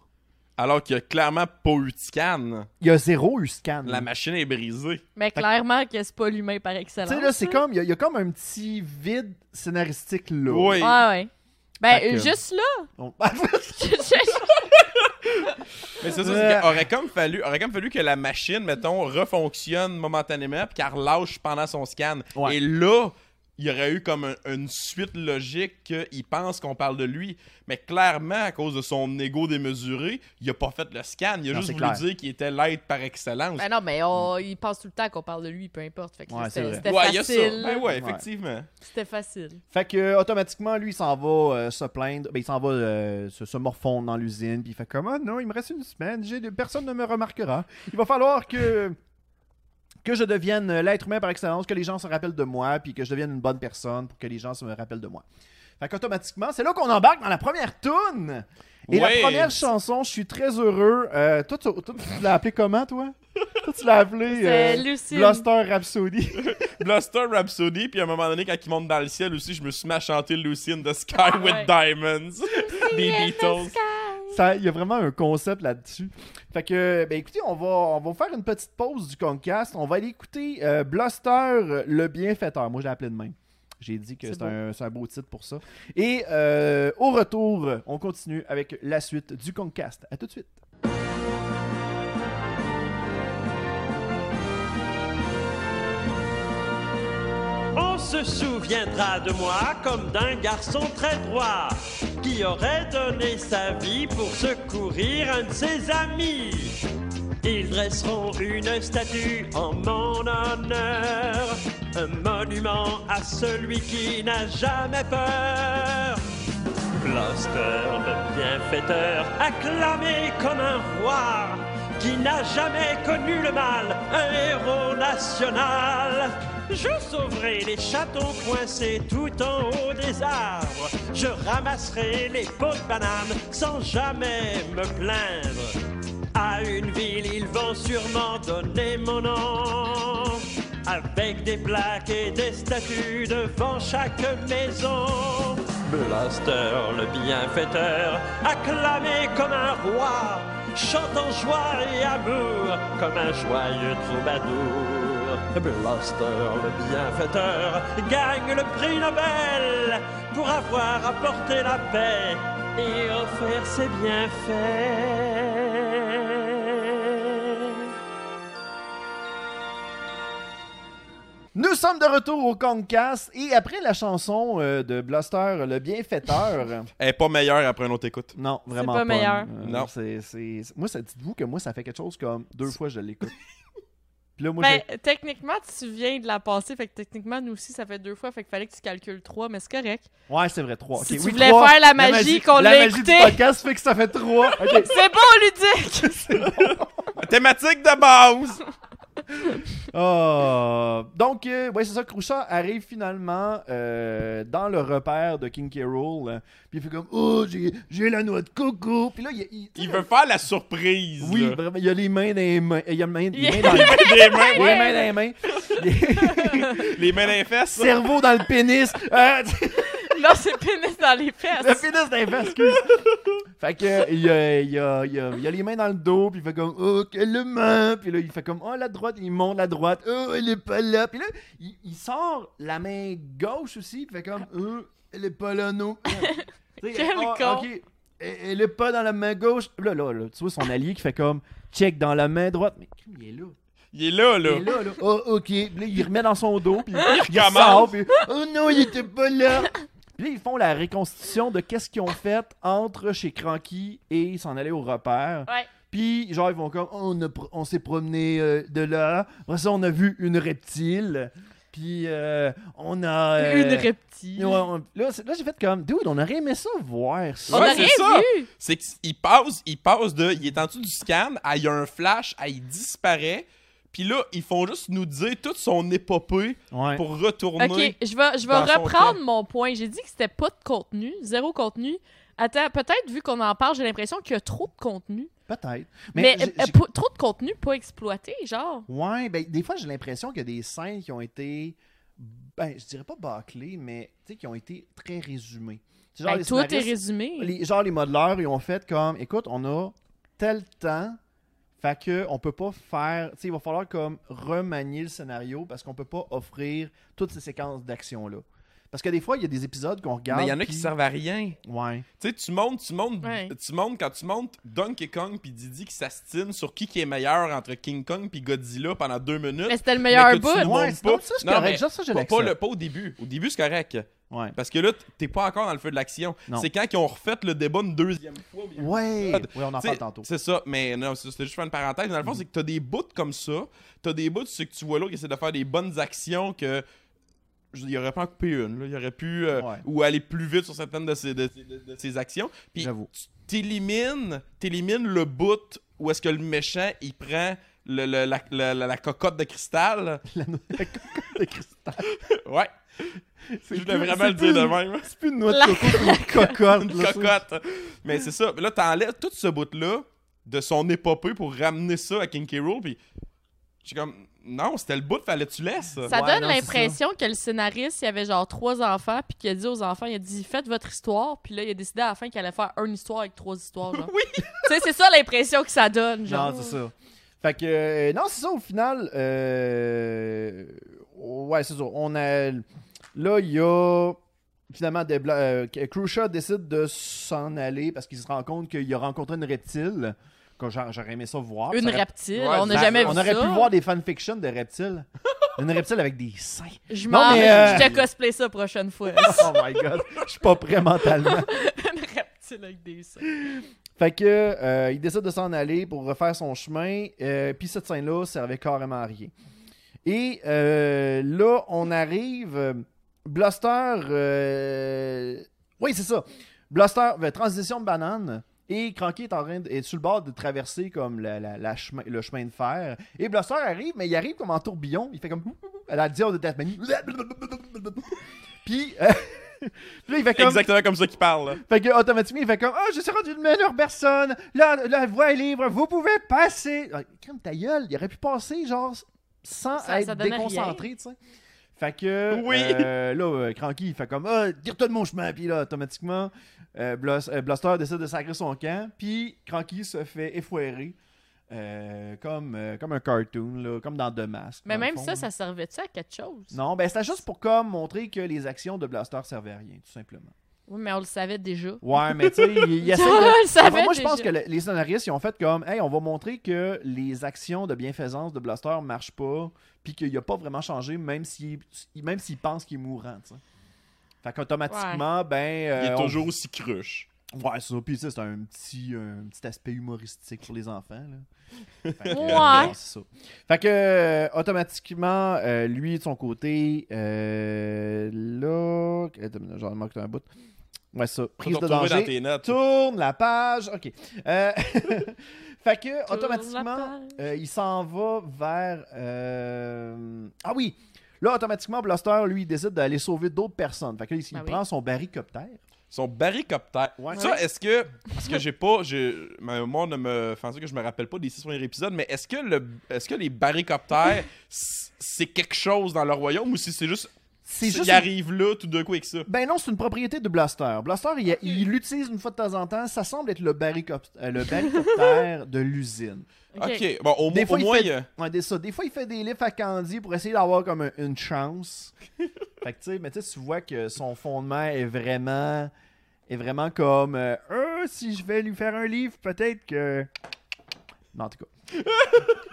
Alors qu'il y a clairement pas eu de scan. Il y a zéro Uscan. La machine est brisée. Mais clairement que c'est pas l'humain par excellence. Tu sais, là, c'est là. comme, il y, a- il y a comme un petit vide scénaristique là. Oui. Ouais, ouais. Fait Ben, que- euh, juste là! On- Je- je- Mais c'est ça, Euh. c'est qu'il aurait comme fallu, aurait comme fallu que la machine, mettons, refonctionne momentanément puis qu'elle relâche pendant son scan. Ouais. Et là, il y aurait eu comme un- une suite logique qu'il pense qu'on parle de lui. Mais clairement, à cause de son ego démesuré, il a pas fait le scan. Il a Non, juste c'est voulu clair. dire qu'il était l'être par excellence. ben non, mais on- il pense tout le temps qu'on parle de lui, peu importe. Fait que Ouais, c'est c'était vrai. c'était ouais, il y a ça. facile. Ben ouais, Ouais. effectivement. C'était facile. fait que, euh, automatiquement, lui, il s'en va euh, se plaindre. Ben, il s'en va euh, se, se morfondre dans l'usine. Puis il fait comme, Ah non, il me reste une semaine. J'ai de- Personne ne me remarquera. Il va falloir que. Que je devienne euh, l'être humain par excellence, que les gens se rappellent de moi, puis que je devienne une bonne personne pour que les gens se me rappellent de moi. Fait qu'automatiquement, c'est là qu'on embarque dans la première toune! Et Ouais. la première chanson, je suis très heureux. Euh, toi, tu, toi, tu l'as appelé comment, toi? toi, tu l'as appelé... C'est euh, Lucille. Blaster Rhapsody. Blaster Rhapsody, puis à un moment donné, quand il monte dans le ciel aussi, je me suis mis à chanter Lucy in the Sky with Ah Ouais. Diamonds des Beatles. Ça, Il y a vraiment un concept là-dessus. Fait que, ben écoutez, on va, on va faire une petite pause du Concast. On va aller écouter euh, Blaster euh, le bienfaiteur. Moi, je l'ai appelé de même. J'ai dit que C'est c'est beau. un, c'est un beau titre pour ça. Et euh, au retour, on continue avec la suite du Concast. À tout de suite. On se souviendra de moi comme d'un garçon très droit qui aurait donné sa vie pour secourir un de ses amis. Ils dresseront une statue en mon honneur, un monument à celui qui n'a jamais peur. Blaster, le bienfaiteur, acclamé comme un roi qui n'a jamais connu le mal, un héros national. Je sauverai les chatons coincés tout en haut des arbres. Je ramasserai les pots de bananes sans jamais me plaindre. À une ville, ils vont sûrement donner mon nom. Avec des plaques et des statues devant chaque maison. Blaster, le bienfaiteur, acclamé comme un roi, chantant joie et amour comme un joyeux troubadour. Blaster, le bienfaiteur, gagne le prix Nobel pour avoir apporté la paix et offert ses bienfaits. Nous sommes de retour au Concast. Et après la chanson euh, de Blaster le bienfaiteur. Elle est pas meilleure après un autre écoute. non, vraiment pas meilleur. non. Non. C'est, c'est- Moi, ça dites-vous que moi, ça fait quelque chose comme deux fois je l'écoute. Puis là, moi, j'ai- Ben, techniquement, tu viens de la passer, fait que techniquement, nous aussi, ça fait deux fois, fait qu'il fallait que tu calcules trois, mais c'est correct. Ouais, c'est vrai, 3. Si tu voulais faire la magie qu'on la l'a magie écouté. du podcast fait que ça fait 3. C'est bon, ludique! Thématique de base! Donc, euh, ouais, c'est ça. Croucha arrive finalement euh, dans le repère de King K. Rool, hein. Puis il fait comme Oh, j'ai j'ai la noix de coco. Puis là, il. il- Il veut faire la surprise. Oui, là. vraiment, il y a les mains dans les mains. Il y a les mains, les Yeah. mains dans les mains. Les mains dans les Des mains, mains. les mains dans les fesses. Cerveau dans le pénis. Euh, non, c'est pénis dans les Le fesses. pénis d'un fesses, excuse. fait que, euh, il a, il a, il a, il a les mains dans le dos, puis il fait comme, oh, quelle main. Puis là, il fait comme, oh, la droite, il monte la droite, oh, elle est pas là. Puis là, il, il sort la main gauche aussi, puis il fait comme, oh, elle est pas là, non. T'sais, Quel ah, con. ok, Elle elle est pas dans la main gauche. Là, là, là, tu vois son allié qui fait comme check dans la main droite. Mais il est là. Il est là, Il là. est là, là. Oh, ok. Puis là, il remet dans son dos. Puis il recommence. sort, puis, oh non, il était pas là. Puis là, ils font la reconstitution de qu'est-ce qu'ils ont fait entre chez Cranky et s'en aller au repère. Ouais. Puis, genre, ils vont comme, Oh, on, a pr- on s'est promené euh, de là. Après ça, on a vu une reptile. Puis euh, on a. euh, Une reptile. ouais, on- là, c'est- là, j'ai fait comme, dude, on aurait aimé ça voir ça. On Ouais, a c'est rien ça. vu! C'est qu'il passe, il passe de. Il est en dessous du scan, à il y a un flash, à il disparaît. Puis là, ils font juste nous dire toute son épopée Ouais. pour retourner. Ok, je vais, je vais dans son reprendre temps. mon point. J'ai dit que c'était pas de contenu, zéro contenu. Attends, peut-être vu qu'on en parle, j'ai l'impression qu'il y a trop de contenu. Peut-être. Mais, j'ai- euh, j'ai- po- trop de contenu pas exploité, genre. Ouais, ben, des fois, j'ai l'impression qu'il y a des scènes qui ont été, ben, je dirais pas bâclées, mais tu sais, qui ont été très résumées. C'est Genre, Ben, les tout est scénaristes- résumé. les- genre, les modeleurs, ils ont fait comme, écoute, on a tel temps, fait que on peut pas faire, tu sais, il va falloir comme remanier le scénario parce qu'on peut pas offrir toutes ces séquences d'action-là. Parce que des fois, il y a des épisodes qu'on regarde. Mais il y en a qui puis- servent à rien. Ouais. Tu sais, tu montes, tu montes, Ouais. tu montes, quand tu montes Donkey Kong puis Didi qui s'astinent sur qui qui est meilleur entre King Kong puis Godzilla pendant deux minutes. Mais c'était le meilleur que tu bout. nous montres Ouais, c'est non, pas. ça, c'est Non, correct. mais Juste ça, je Pas, pas l'accepte. le, pas au début. Au début, c'est correct. Ouais. Parce que là, t- t'es pas encore dans le feu de l'action. Non. C'est quand ils ont refait le débat une deuxième fois. au milieu Ouais. épisode. Ouais, on en T'sais, parle tantôt. Mm-hmm. C'est ça, mais non, c'est- c'était juste faire une parenthèse. Dans le fond, c'est que t'as des bouts comme ça, t'as des bouts, c'est que tu vois l'autre qui essaie de faire des bonnes actions que. je veux dire, Il aurait pas en coupé une, là. il aurait pu. euh, Ouais. Ou aller plus vite sur certaines de ses, de, de- de ses actions. Puis J'avoue. tu t'élimines, t'élimines le bout où est-ce que le méchant, il prend. le- le- la, la- la- la cocotte de cristal. De cristal. Ouais. Je voulais plus- vraiment c'est le dire plus de une- même. C'est plus une noix de La- coco, c'est une cocotte. une là, ça. cocotte. Mais c'est ça. Là, t'enlèves tout ce bout-là de son épopée pour ramener ça à King K. Rool. Puis, j'ai comme, non, c'était le bout, fallait que tu laisses. Ça Ouais, donne non, c'est l'impression que le scénariste, il avait genre trois enfants, puis qu'il a dit aux enfants, il a dit faites votre histoire, puis là, il a décidé à la fin qu'il allait faire une histoire avec trois histoires. Genre. Oui. tu sais, c'est ça l'impression que ça donne, genre. Non, c'est ça. Fait que, euh, non, c'est ça, au final, euh, ouais, c'est ça. On a, là, il y a, finalement, des bla- euh, Krusha décide de s'en aller parce qu'il se rend compte qu'il a rencontré une reptile. que j'a- J'aurais aimé ça voir. Une Ah, Ça aurait- reptile, Ouais, on n'a ça- jamais On vu aurait ça. pu voir des fanfictions de reptiles. une reptile avec des seins. Je Non, m'en mais, euh, je te cosplay ça prochaine fois. oh my god, je suis pas prêt mentalement. Une reptile avec des seins. Fait que euh, il décide de s'en aller pour refaire son chemin. euh, Puis cette scène-là servait carrément à rien. Et euh, là, on arrive. euh, Blaster. euh, Oui, c'est ça. Blaster, euh, transition de banane. Et Cranky est, en train de- est sur le bord de traverser comme la, la- la chemin, le chemin de fer. Et Blaster arrive, mais il arrive comme en tourbillon. Il fait comme. À la diode de Tasmanie. Puis. euh, puis là, il fait comme. Exactement comme ça qu'il parle. là. Fait que automatiquement, il fait comme Ah, je suis rendu une meilleure personne. La, la voie est libre. Vous pouvez passer. Ah, Crème ta gueule. Il aurait pu passer, genre, sans Ça- être ça donnait déconcentré, tu sais. Fait que Oui. euh, là, euh, Cranky, il fait comme Ah, tire-toi de mon chemin. Puis là, automatiquement, euh, Blas- euh, Blaster décide de sacrer son camp. Puis Cranky se fait effouérer. euh, comme, euh, comme un cartoon, là, comme dans The Mask. Mais dans le même fond, ça, là. ça servait-tu à quelque chose? Non, ben c'était juste pour comme montrer que les actions de Blaster servaient à rien, tout simplement. Oui, mais on le savait déjà. Ouais, mais tu sais, il, il essaie de- on le Enfin, savait Ah, ben, moi, je pense que déjà. le- les scénaristes, ils ont fait comme, hey, on va montrer que les actions de bienfaisance de Blaster marchent pas, puis qu'il a pas vraiment changé, même s'il même s'il pense qu'il est mourant, tu sais. Fait qu'automatiquement, ben. Il euh, est on- toujours aussi cruche. Ouais, ça. Puis, tu sais, c'est un petit, un petit aspect humoristique pour les enfants, là. Fait que, euh, Ouais. non, c'est ça. Fait que, euh, automatiquement, euh, lui, de son côté, euh, là. Attends, J'en manque un bout. Ouais, ça. Prise Faut te de retrouver danger. dans tes notes. Tourne la page. OK. Euh, fait que, Tourne la automatiquement, page. euh, il s'en va vers. euh, Ah oui! Là, automatiquement, Blaster, lui, il décide d'aller sauver d'autres personnes. Fait que là, il, il Ben oui. prend son barricoptère. Son barricoptère. Ouais. Ça, est-ce que. Parce que j'ai pas. j'ai- Ma mémoire ne me. Enfin, que je me rappelle pas des six premiers épisodes, mais est-ce que, le... est que les barricoptères, c- c'est quelque chose dans leur royaume ou si c'est juste. C'est Ils arrivent là tout d'un coup avec ça. Ben non, c'est une propriété de Blaster. Blaster, il il l'utilise une fois de temps en temps. Ça semble être le, barricop- euh, le barricoptère de l'usine. Ok, bon, au, Des mo- fois, au il moins. euh, fait- il y a- Ouais, des, ça. des fois, il fait des lifts à Candy pour essayer d'avoir comme un- une chance. fait que, tu sais, mais tu sais, tu vois que son fondement est vraiment, est vraiment comme. euh, Euh, si je vais lui faire un livre, peut-être que. non, en tout cas.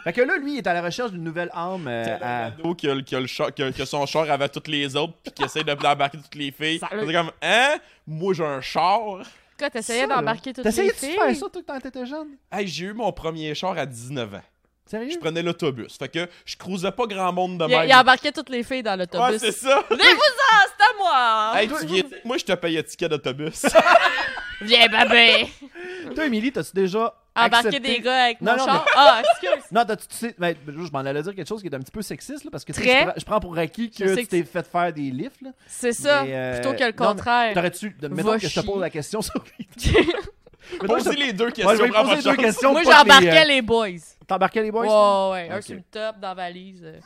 fait que là, lui, il est à la recherche d'une nouvelle arme. euh, à- Leonardo qui a, le- qui a le char- qui a- qui a son char avant toutes les autres puis qui essaie de d'embarquer toutes les filles. Ça- C'est comme hein, moi j'ai un char. Quand t'essayais Ça, là. d'embarquer toutes les T'essayais-tu filles. de faire ça toi, quand t'étais jeune? Hey, j'ai eu mon premier char à 19 ans. Sérieux? Je prenais l'autobus. Fait que je cruisais pas grand monde de Il, même. il embarquait toutes les filles dans ouais, l'autobus. c'est ça. Venez-vous-en, c'est à Ah, moi! Hey, tu viens- Moi, je te paye un ticket d'autobus. Viens, babé! Toi, Émilie, t'as-tu déjà. Embarquer accepté- des gars avec Non, mon non, char. Ah, excuse! Non, t'as-tu. Tu sais, ben, je m'en allais dire quelque chose qui est un petit peu sexiste, là, parce que tu sais, Très. je, prends, je prends pour acquis Je que sais tu que t'es fait faire des lifts. Là, C'est ça, mais, euh, plutôt que le non, mais contraire. T'aurais-tu. Mettons Va que je te pose chier. la question sur. Mettons que je te- Posez les deux Ouais, je questions. vais pour avoir poser deux chance. questions. Moi, pas que les, j'embarquais euh, les boys. T'embarquais les boys? Ouais, toi? ouais, un Ok. sur le top, dans la valise. euh.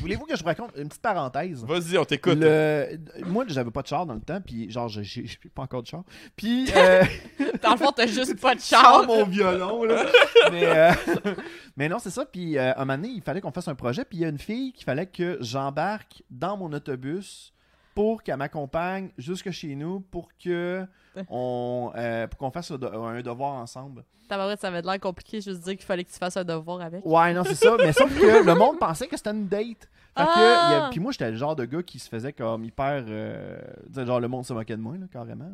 Voulez-vous que je vous raconte une petite parenthèse? Vas-y, on t'écoute. Le- Moi, j'avais pas de char dans le temps, puis genre, j'ai- j'ai j'ai pas encore de char. Puis, euh, Dans le fond, t'as juste pas de je sors char. mon violon, là. mais, euh, mais non, c'est ça. Puis, euh, un moment donné, il fallait qu'on fasse un projet, puis il y a une fille qu'il fallait que j'embarque dans mon autobus pour qu'elle m'accompagne jusque chez nous pour que on euh, pour qu'on fasse le do- un devoir ensemble. T'as pas vrai, ça avait l'air compliqué, juste dire qu'il fallait que tu fasses un devoir avec. Ouais, non, c'est ça. Mais sauf que le monde pensait que c'était une date. Fait que, Ah! il y a- puis moi, j'étais le genre de gars qui se faisait comme hyper. euh, tu sais, genre, le monde se moquait de moi, là, carrément. là.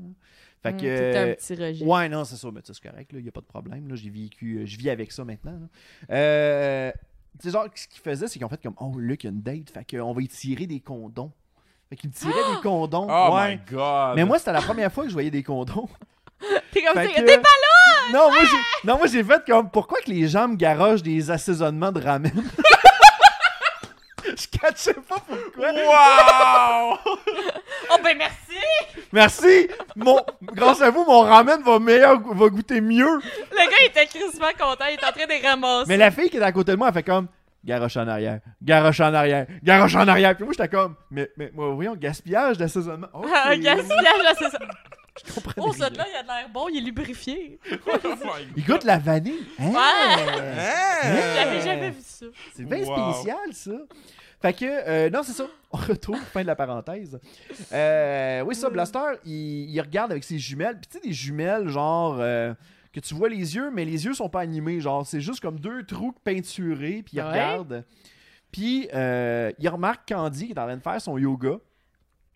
Fait Hum, que. T'étais un euh, petit rejet. Ouais, non, c'est ça, mais tu sais, c'est correct, il n'y a pas de problème. Là, j'ai vécu, euh, je vis avec ça maintenant. là. Euh, tu sais, genre, ce qu'ils faisaient, c'est qu'en fait, comme, oh, Luc, il y a une date, fait qu'on va y tirer des condons. Fait qu'ils me tiraient Ah! des condons. Oh ouais. my god. Mais moi, c'était la première fois que je voyais des condons. T'es comme ça, Fait que- t'es pas Ah! Non, moi, j'ai... non, moi, j'ai fait comme, pourquoi que les gens me garochent des assaisonnements de ramen? je catchais pas pourquoi. Wow! Oh, ben merci! Merci! Mon... Grâce à vous, mon ramen va, meilleur... va goûter mieux. Le gars, il était crissement content, il était en train de les ramasser. Mais la fille qui était à côté de moi, elle fait comme garoche en arrière, garoche en arrière, garoche en arrière. Puis moi, j'étais comme, mais, mais moi, voyons, gaspillage d'assaisonnement. Oh, Ah, gaspillage, là, c'est ça. je comprenais Oh, rien. celui-là, il a de l'air bon, il est lubrifié. Oh my god. Il goûte la vanille. Hein? Ouais. Ah. Hein? J'avais jamais vu ça. C'est bien Wow. spécial, ça. Fait que, euh, non, c'est ça. On retourne, fin de la parenthèse. Euh, oui, ça, Blaster, il, il regarde avec ses jumelles. Puis tu sais, des jumelles, genre, euh, que tu vois les yeux, mais les yeux sont pas animés. Genre, c'est juste comme deux trous peinturés, puis il Ouais. regarde. Puis euh, il remarque Candy qui est en train de faire son yoga.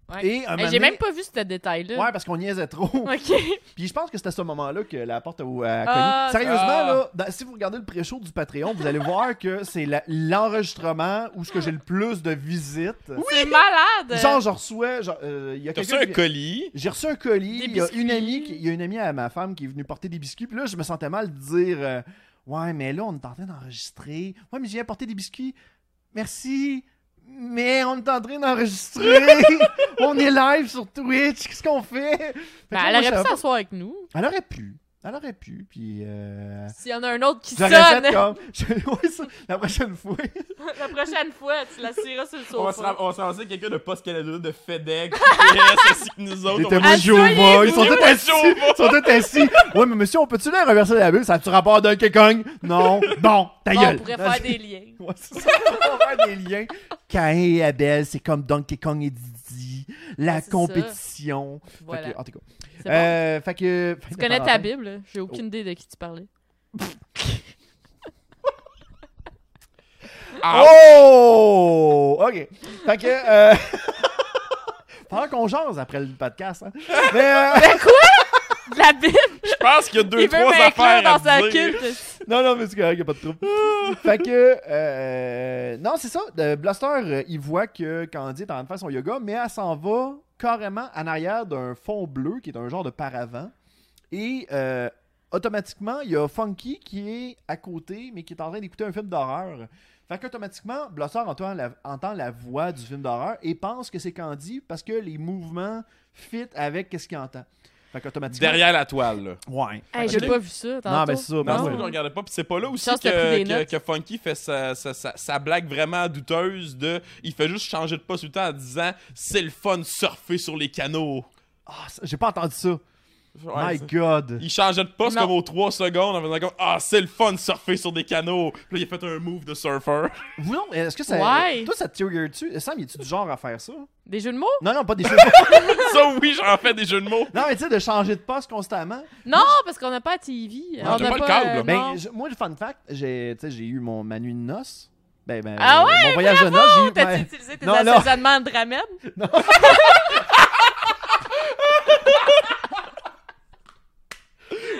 Ouais. Et un moment Hey, J'ai donné- même pas vu ce détail-là. Ouais, parce qu'on niaisait trop. Ok. Puis je pense que c'était à ce moment-là que la porte a, a cogné. Ah, Sérieusement, ah. là, dans- si vous regardez le pré-show du Patreon, vous allez voir que c'est la- l'enregistrement où ce que j'ai le plus de visites. C'est malade. Genre, je reçois. genre, euh, Il y a T'as reçu quelqu'un. un qui- colis? J'ai reçu un colis. Des Il y, a une biscuits. amie qui- il y a une amie à ma femme qui est venue porter des biscuits. Puis là, je me sentais mal de dire euh, Ouais, mais là, on est en train d'enregistrer. Ouais, mais j'ai apporté des biscuits. Merci. Mais on est en train d'enregistrer. on est live sur Twitch. Qu'est-ce qu'on fait? Fait que Ben, là, moi, elle je aurait savais pu s'asseoir avec nous. elle aurait pu. Elle aurait pu. Puis. Euh... S'il y en a un autre qui sonne, J'aurais fait comme. Ouais, ça, la prochaine fois. la prochaine fois, tu l'assureras sur le On va se sofa. ram- on va se ramasser avec quelqu'un de Post Canada, de FedEx, UPS, ainsi que nous autres. on va- témoins Jehovah, Ils sont tous assis. Ils sont tous assis. Ouais, mais monsieur, on peut-tu les renverser la bulle Ça a-tu rapport d'un quelconque Non. Bon, ta Bon, gueule. Ah, on pourrait faire des liens. Ouais, c'est ça. On va faire des liens. Cain et Abel, c'est comme Donkey Kong et Didi. La Ouais, c'est ça. compétition. Fait que- Voilà. en tout cas. C'est bon. Euh, fait que. tu connais ta Bible? là? J'ai Oh. aucune idée de qui tu parlais. Ah, Oh! OK. Fait que. Euh... Pendant qu'on jase après le podcast. Hein. Mais. euh, De la Bible! Je pense qu'il y a deux, il veut trois m'inclure affaires dans à sa dire. culte. Non, non, mais c'est correct, y a pas de trouble. fait que. euh, Non, c'est ça. euh, Blaster, euh, il voit que Candy est en train de faire son yoga, mais elle s'en va carrément en arrière d'un fond bleu qui est un genre de paravent. Et euh, automatiquement, il y a Funky qui est à côté, mais qui est en train d'écouter un film d'horreur. Fait qu'automatiquement, Blaster entend la, entend la voix du film d'horreur et pense que c'est Candy parce que les mouvements fit avec ce qu'il entend. Fait qu'automatiquement. Derrière la toile, là. Ouais. Hey, Ok. J'ai pas vu ça. Tantôt. mais c'est ça, ben Non, ouais. je ne regardais pas. Puis c'est pas là aussi Chance que, que t'as pris des que- notes. que Funky fait sa, sa- sa- sa blague vraiment douteuse de. Il fait juste changer de poste tout le temps en disant c'est le fun de surfer sur les canaux. Ah, ça- j'ai pas entendu ça. Ouais, My ça. God. il changeait de poste Non. comme aux 3 secondes en faisant comme Ah, c'est le fun de surfer sur des canaux. Puis là, il a fait un move de surfer. Vous non, est-ce que ça. Ouais. Toi, ça te trigger-tu? Sam, es-tu du genre à faire ça? Des jeux de mots? Non, non, pas des choses. ça, oui, j'en fais des jeux de mots. non, mais tu sais, de changer de poste constamment. Non, parce qu'on n'a pas à TV. t'as on pas n'a le câble, euh, non. Ben, je- moi, le fun fact, j'ai tu sais, j'ai eu mon, ma nuit de noces. Ben, ben, Ah euh, ouais, mon voyage de noces, j'ai eu. Oh, T'as-tu ben, utilisé tes Non, là. assaisonnements de ramen?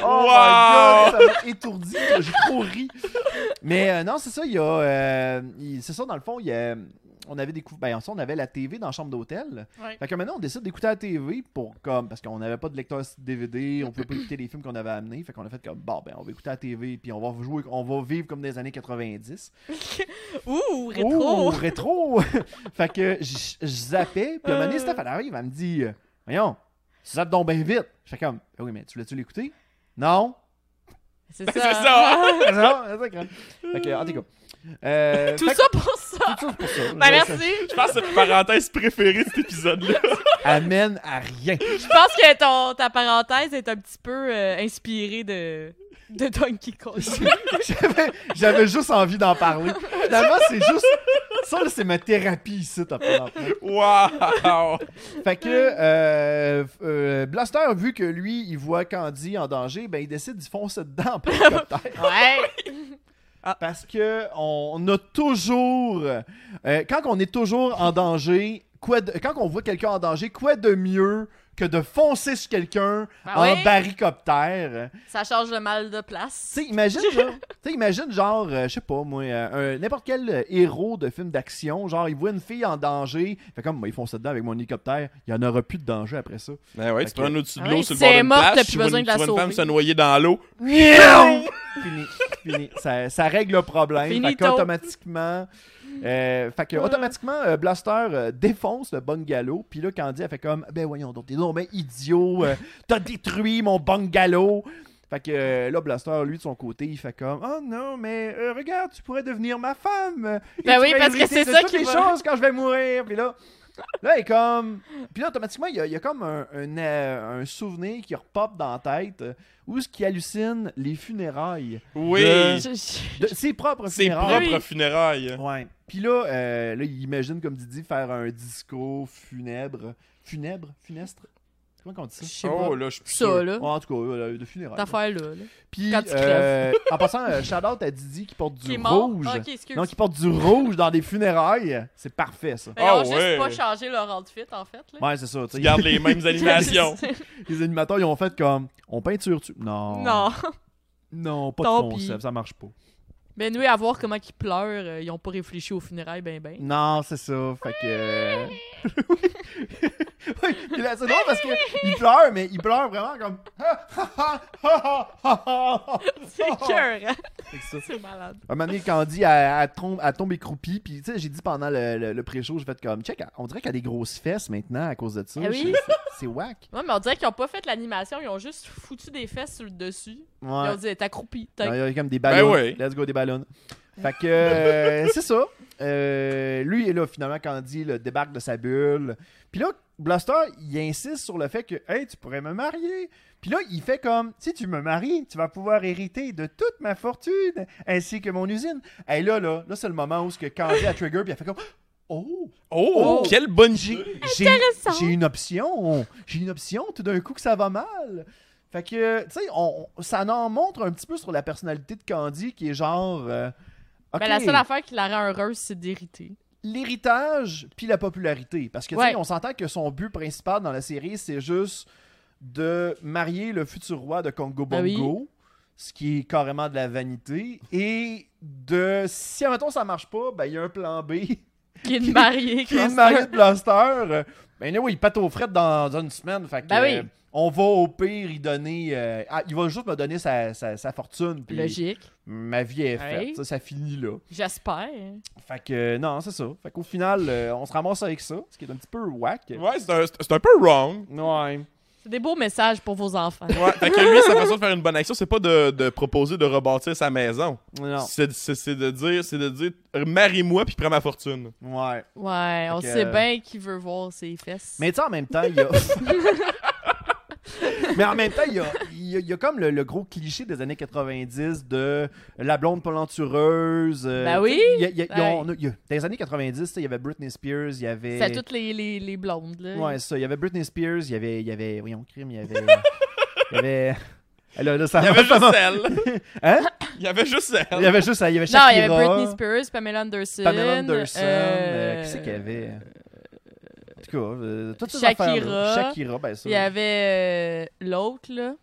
Oh my God, Wow! ça m'a étourdi, là, j'ai trop ri. Mais euh, non, c'est ça, il y a. euh, il- c'est ça, dans le fond, il y a- On avait découvert. Ben, en fait, on avait la TV dans la chambre d'hôtel. Ouais. Fait que maintenant, on décide d'écouter la TV pour comme. Parce qu'on n'avait pas de lecteur DVD, on pouvait pas écouter les films qu'on avait amenés. Fait qu'on a fait comme. Bon, ben, on va écouter la TV, puis on va jouer, on va vivre comme des années 90. Ouh, Oh, rétro! rétro! fait que je je zappais, puis à un moment donné, Steph, elle arrive, elle me dit euh, Voyons, tu zappes donc bien vite. Je fais comme Ben Oui, mais tu voulais-tu l'écouter? Non. C'est Ben, C'est ça. hein? ça! Ah, non, c'est ça, crème. Fait que, en tout cas. Euh, Tout fait ça pour ça! que- tout ça pour ça. Ben Je- merci! Je pense que c'est ma parenthèse préférée de cet épisode-là. ça amène à rien. Je pense que ton, ta parenthèse est un petit peu euh, inspirée de, de Donkey Kong. J'avais- J'avais juste envie d'en parler. Finalement, c'est juste. Ça, là, c'est ma thérapie ici, t'as pas d'enfant. Wow! Fait que euh, euh, Blaster, vu que lui, il voit Candy en danger, ben il décide d'y foncer dedans en hélicoptère. Ouais! Parce que on a toujours, euh, quand on est toujours en danger, quoi de- quand on voit quelqu'un en danger, quoi de mieux que de foncer sur quelqu'un Ben en oui. barricoptère? Ça change le mal de place. Tu sais, imagine, là, tu sais, imagine genre, euh, je sais pas moi, euh, un- n'importe quel euh, héros de film d'action, genre il voit une fille en danger, fait comme moi, ils foncent dedans avec mon hélicoptère, il y en aura plus de danger après ça. Ben ouais, tu Ok. prends un au-dessus de Ah l'eau oui, sur le si bord elle est d'une morte, plage, t'as tu plus vois besoin une- de la tu vois une femme sauver. se noyer dans l'eau. fini, fini. Ça, ça règle le problème. Fait Finito. qu'automatiquement, euh, fait que automatiquement, euh, Blaster euh, défonce le bungalow. Puis là, Candy, elle fait comme Ben voyons donc, t'es donc ben idiot, euh, t'as détruit mon bungalow. Fait que euh, là, Blaster, lui, de son côté, il fait comme Oh non, mais euh, regarde, tu pourrais devenir ma femme. Et Ben tu oui, vas parce que hériter c'est de ça toutes qui les va- choses quand je vais mourir. Puis là. Là, il est comme. Puis là, automatiquement, il y a, il y a comme un, un, euh, un souvenir qui repop dans la tête euh, où ce qui hallucine les funérailles. Oui! De- Je- je- De ses propres Ses funérailles. propres funérailles. Ouais. Puis là, euh, là, il imagine, comme Didi, faire un discours funèbre. Funèbre Funestre Comment on dit je ça sais Oh pas. là, je suis plus sûr. Ça, là. Ouais, En tout cas, euh, de funérailles. Cette affaire-là. là. Puis, quand tu euh, en passant, euh, shout out à Didi qui porte du Qui est mort. rouge. Ah, ok, excuse. Non, qui porte du rouge dans des funérailles. C'est parfait, ça. Ben, ils ont Ah, juste ouais. pas changé leur outfit, en fait. Là. Ouais, c'est ça. tu sais. Tu gardes les mêmes animations. Les animateurs, ils ont fait comme on peinture tu. Non. non. Non, pas Tant de pis. concept, ça marche pas. Ben, nous, à voir comment ils pleurent, euh, ils ont pas réfléchi aux funérailles, ben, ben. Non, c'est ça. Fait que. euh, oui, puis là, c'est drôle parce qu'il pleure, mais il pleure vraiment comme. C'est cœur, hein? Fait que ça. C'est malade. Un moment donné, Candy, elle, elle tombe, elle tombe écroupie. Puis, tu sais, j'ai dit pendant le, le, le pré-show, j'ai fait comme. Check, on dirait qu'elle a des grosses fesses maintenant à cause de ça. Ah oui? C'est- c'est- C'est whack. Ouais, mais on dirait qu'ils ont pas fait l'animation, ils ont juste foutu des fesses sur le dessus. Ils Ouais. ont dit, t'accroupis. Non, Il t'as- y a comme des ballons. Ben oui. Let's go, des ballons. Fait que euh, c'est ça. Euh, lui est là, finalement, Candy là, débarque de sa bulle. Puis là, Blaster, il insiste sur le fait que, hey, tu pourrais me marier. Puis là, il fait comme si tu me maries, tu vas pouvoir hériter de toute ma fortune ainsi que mon usine. Et là, là, là c'est le moment où ce que Candy a trigger, puis elle fait comme, oh, Oh, Oh. quelle bonne j'ai, idée! j'ai, j'ai une option. J'ai une option, tout d'un coup, que ça va mal. Fait que, tu sais, on, on- ça en montre un petit peu sur la personnalité de Candy qui est genre. euh, Ben, OK. la seule affaire qui la rend heureuse, c'est d'hériter. l'héritage puis la popularité. Parce que, tu sais, Ouais. on s'entend que son but principal dans la série, c'est juste de marier le futur roi de Congo Bongo, Ben oui. ce qui est carrément de la vanité, et de si, admettons, ça marche pas, ben, il y a un plan B Qui est une mariée, qui est le mari de Blaster. Euh, Ben, oui, il pète aux frettes dans, dans une semaine. Fait que, Ben oui. euh, on va au pire, il donner. euh, ah, il va juste me donner sa, sa- sa fortune. Puis Logique. ma vie est faite. Ouais. Ça, ça finit là. J'espère. Fait que euh, non, c'est ça. Fait qu'au final, euh, on se ramasse avec ça, ce qui est un petit peu whack. Ouais, c'est un, c'est un peu wrong. Ouais. C'est des beaux messages pour vos enfants. Ouais, fait que lui, sa façon de faire une bonne action, c'est pas de, de proposer de rebâtir sa maison. Non. C'est c'est- c'est de dire, c'est de dire, marie-moi puis prends ma fortune. Ouais. Ouais, on que- sait bien qui veut voir ses fesses. Mais tu sais, en même temps, il y a. Mais en même temps, il y a, il y a- il y a comme le, le gros cliché des années 90 de la blonde polentureuse. euh, Ben oui. il y a- il y a- il y a- Ouais. on a- il y a- dans les années 90, tu sais, il y avait Britney Spears, il y avait. C'est à toutes les, les, les blondes, là. Ouais, c'est ça. Il y avait Britney Spears, il y avait. Il y avait. Oui, on crime, il y avait. il y avait. Là, là, ça Il y avait Ah, ça juste elle. Hein? Il y avait juste Il elle. y avait juste. Il y avait Non, Shakira. il y avait Britney Spears, Pamela Anderson. Pamela Anderson, euh, euh, qui c'est qu'il y avait En tout cas, euh, toutes ces Shakira. affaires-là. Shakira, ben ça. Il y avait euh, l'autre, là.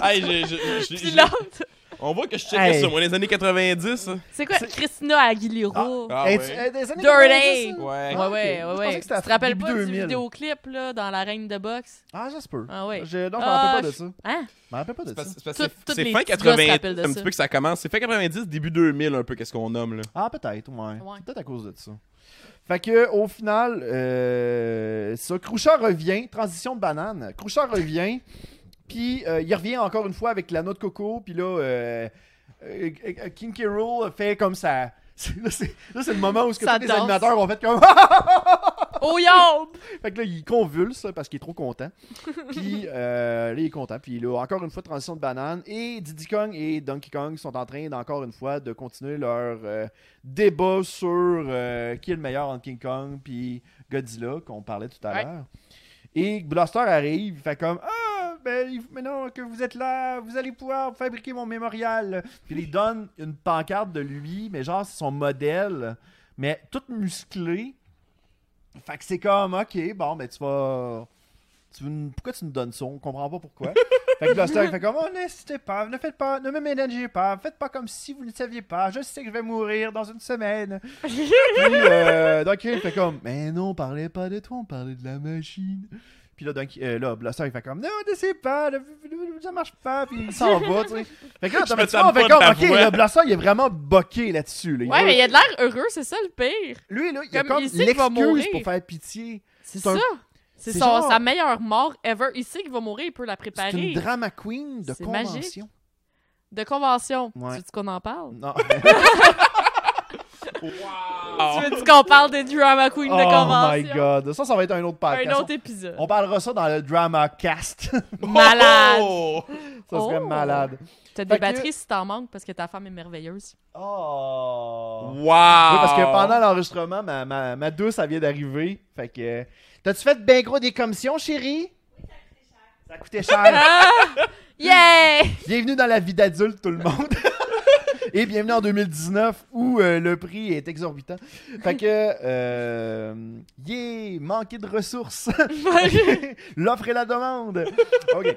Hey, j'ai- j'ai- j'ai- Puis j'ai- l'autre, On voit que je checkais Hey. ça, moi, les années 90. hein. c'est quoi? Christina Aguilera. Ah Hey, ouais. tu- Euh, des années 90, Dirty. ça? Ouais, ouais, Ouais. ah, ok. ouais, Je ouais. pensais que Tu c'était à te rappelles début pas 2000. du vidéoclip, là, dans la reine de boxe? Ah, ça se peut. Ah ouais. Je- Non, je me Ah, rappelle pas de je- ça. Je Hein? me rappelle pas de C'est ça. parce- c'est parce Tout- que toutes c'est les fin petits gars se 90, rappellent de un ça. petit peu que ça commence. C'est fin 90, début 2000, un peu, qu'est-ce qu'on nomme, là. Ah, peut-être, ouais. Ouais. C'est Peut-être à cause de ça. Fait que, au final, euh, ça, Crouchard revient, transition de banane. Crouchard revient, puis euh, il revient encore une fois avec la noix de coco, puis là, euh, euh, euh, King K. Rool fait comme ça. C'est- Là, c'est là, c'est le moment où ce que Ça tous les danse. animateurs ont fait comme. Ah, Oh yo! fait que là, il convulse parce qu'il est trop content. Puis euh, là, il est content. Puis là, encore une fois, transition de banane. Et Diddy Kong et Donkey Kong sont en train, encore une fois, de continuer leur euh, débat sur euh, qui est le meilleur entre King Kong puis Godzilla, qu'on parlait tout à Ouais. l'heure. Et Blaster arrive, il fait comme Ah, ben, il- maintenant que vous êtes là, vous allez pouvoir fabriquer mon mémorial. Puis il donne une pancarte de lui, mais genre, c'est son modèle, mais toute musclée. Fait que c'est comme, ok, bon, ben tu vas. Tu veux nous- Pourquoi tu nous donnes ça On comprend pas pourquoi. fait que Blaster il fait comme, oh, n'hésitez pas, ne faites pas, ne me ménagez pas, faites pas comme si vous ne saviez pas, je sais que je vais mourir dans une semaine. Puis, euh, Donkey il fait comme, mais non, on parlait pas de toi, on parlait de la machine. Puis là, Donkey, euh, là Blaster il fait comme, non, n'essayez pas, ne- ne- ne- ça marche pas, puis il s'en va, tu sais. Fait que là, automatiquement, on fait m'étonne pas comme, ok, de ta voix. là, Blaster il est vraiment boqué là-dessus. là. Il Ouais, veut- mais il a de l'air heureux, c'est ça le pire. Lui, là, il a comme, comme il sait qu'il va mourir. l'excuse pour faire pitié. C'est C'est un- ça. C'est c'est son- genre- sa meilleure mort ever. Il sait qu'il va mourir, il peut la C'est une préparer. drama queen de C'est convention. De convention. Ouais. Tu veux qu'on en parle? Non. Wow! Tu veux qu'on parle des drama queen de Ah. oh my convention? god. Ça, ça va être un autre Un podcast. autre épisode. On parlera ça dans le drama cast. ça Malade! Oh! serait Oh. malade. T'as Fait des que- batteries si t'en manques parce que ta femme est merveilleuse. Oh. Wow! parce que pendant l'enregistrement, ma, ma, ma douce, ça vient d'arriver. Fait que. euh, T'as-tu fait ben gros des commissions, chérie? Ça coûtait cher. Ah! Yeah! bienvenue dans la vie d'adulte, tout le monde. Et bienvenue en 2019 où euh, le prix est exorbitant. Fait que, euh, yeah, manquer de ressources. L'offre et la demande. OK.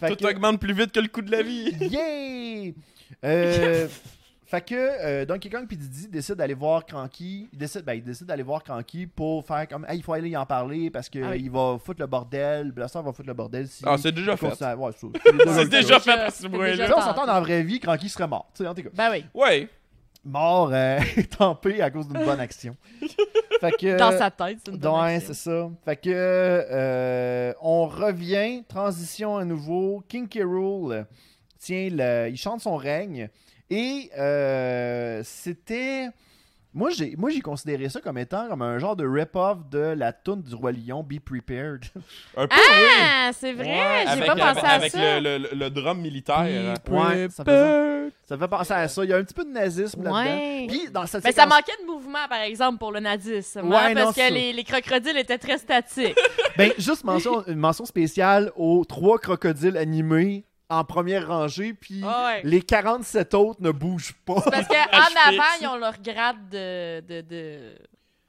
Fait Tout que, augmente plus vite que le coût de la vie. yeah! Euh, fait que euh, Donkey Kong puis Didi décident d'aller voir Cranky. Ils décident, ben, ils décident d'aller voir Cranky pour faire comme, hey, il faut aller y en parler parce qu'il Ah oui. va foutre le bordel. Blaster va foutre le bordel. Si Ah, c'est déjà il fait. continue à- ouais, c'est- c'est C'est déjà fait Déjà- parce que c'est vous déjà Là, on s'entend dans la vraie vie, Cranky serait mort. Tu sais, en tout cas. Ben oui. Ouais. mort euh, étampé à cause d'une bonne action. fait que Dans sa tête, c'est une bonne Ouais, action. c'est ça. Fait que euh, on revient, transition à nouveau. King K. Rool tient le- il chante son règne et euh, c'était moi j'ai moi j'ai considéré ça comme étant comme un genre de rip-off de la tune du roi lion Be Prepared. Un peu, oui. Ah, c'est vrai, j'ai Avec, pas pensé avec, à avec ça. le, le, le- le drum militaire. hein. Ouais, ça fait, ça fait penser à ça, il y a un petit peu de nazisme Ouais. là-dedans. Puis dans cette Mais ça séquence- manquait de mouvement, par exemple, pour le nazisme. Ouais, hein, non, parce c'est ça. que les, les crocodiles étaient très statiques. Ben, juste mention, une mention spéciale aux trois crocodiles animés en première rangée, puis Ah ouais. les 47 autres ne bougent pas. Parce H qu'en avant, fixe. ils ont leur grade de, de, de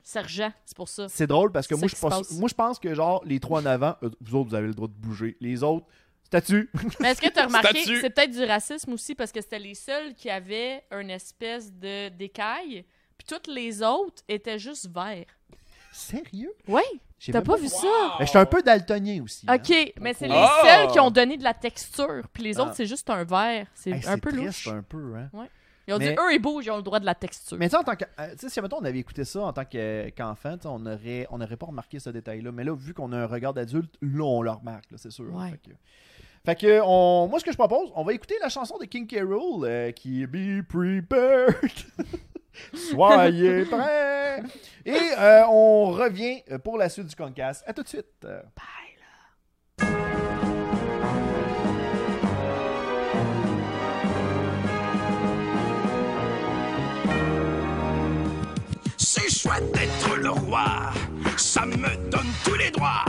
sergent. C'est pour ça. C'est drôle parce que C'est moi ça je, qui se pense, passe. moi, je pense que genre les trois en avant, euh, vous autres, vous avez le droit de bouger. Les autres, statut. Mais est-ce que t'as remarqué, Statue. c'est peut-être du racisme aussi, parce que c'était les seuls qui avaient une espèce de d'écaille, puis toutes les autres étaient juste verts. Sérieux? Oui, J'ai t'as même pas vu ça? Ben, je suis un peu daltonien aussi. hein. Ok, mais c'est les Ah! seuls qui ont donné de la texture, puis les Ah. autres, c'est juste un vert. C'est Hey, un peu triste, louche. un peu, hein. Ils ont Mais- dit, eux, ils bougent, ils ont le droit de la texture. Mais tu sais, en tant que. euh, Tu sais, si mettons, on avait écouté ça en tant que- euh, qu'enfant, tu sais, on n'aurait on aurait pas remarqué ce détail-là. Mais là, vu qu'on a un regard d'adulte, là, on le remarque, là, c'est sûr. hein. Ouais. Fait que, fait que, on- moi, ce que je propose, on va écouter la chanson de King K. Rool euh, qui est Be Prepared. Soyez prêts! Et euh, on revient euh, pour la suite du Concast. À tout de suite! Euh, Bye, là. C'est chouette d'être le roi, ça me donne tous les droits.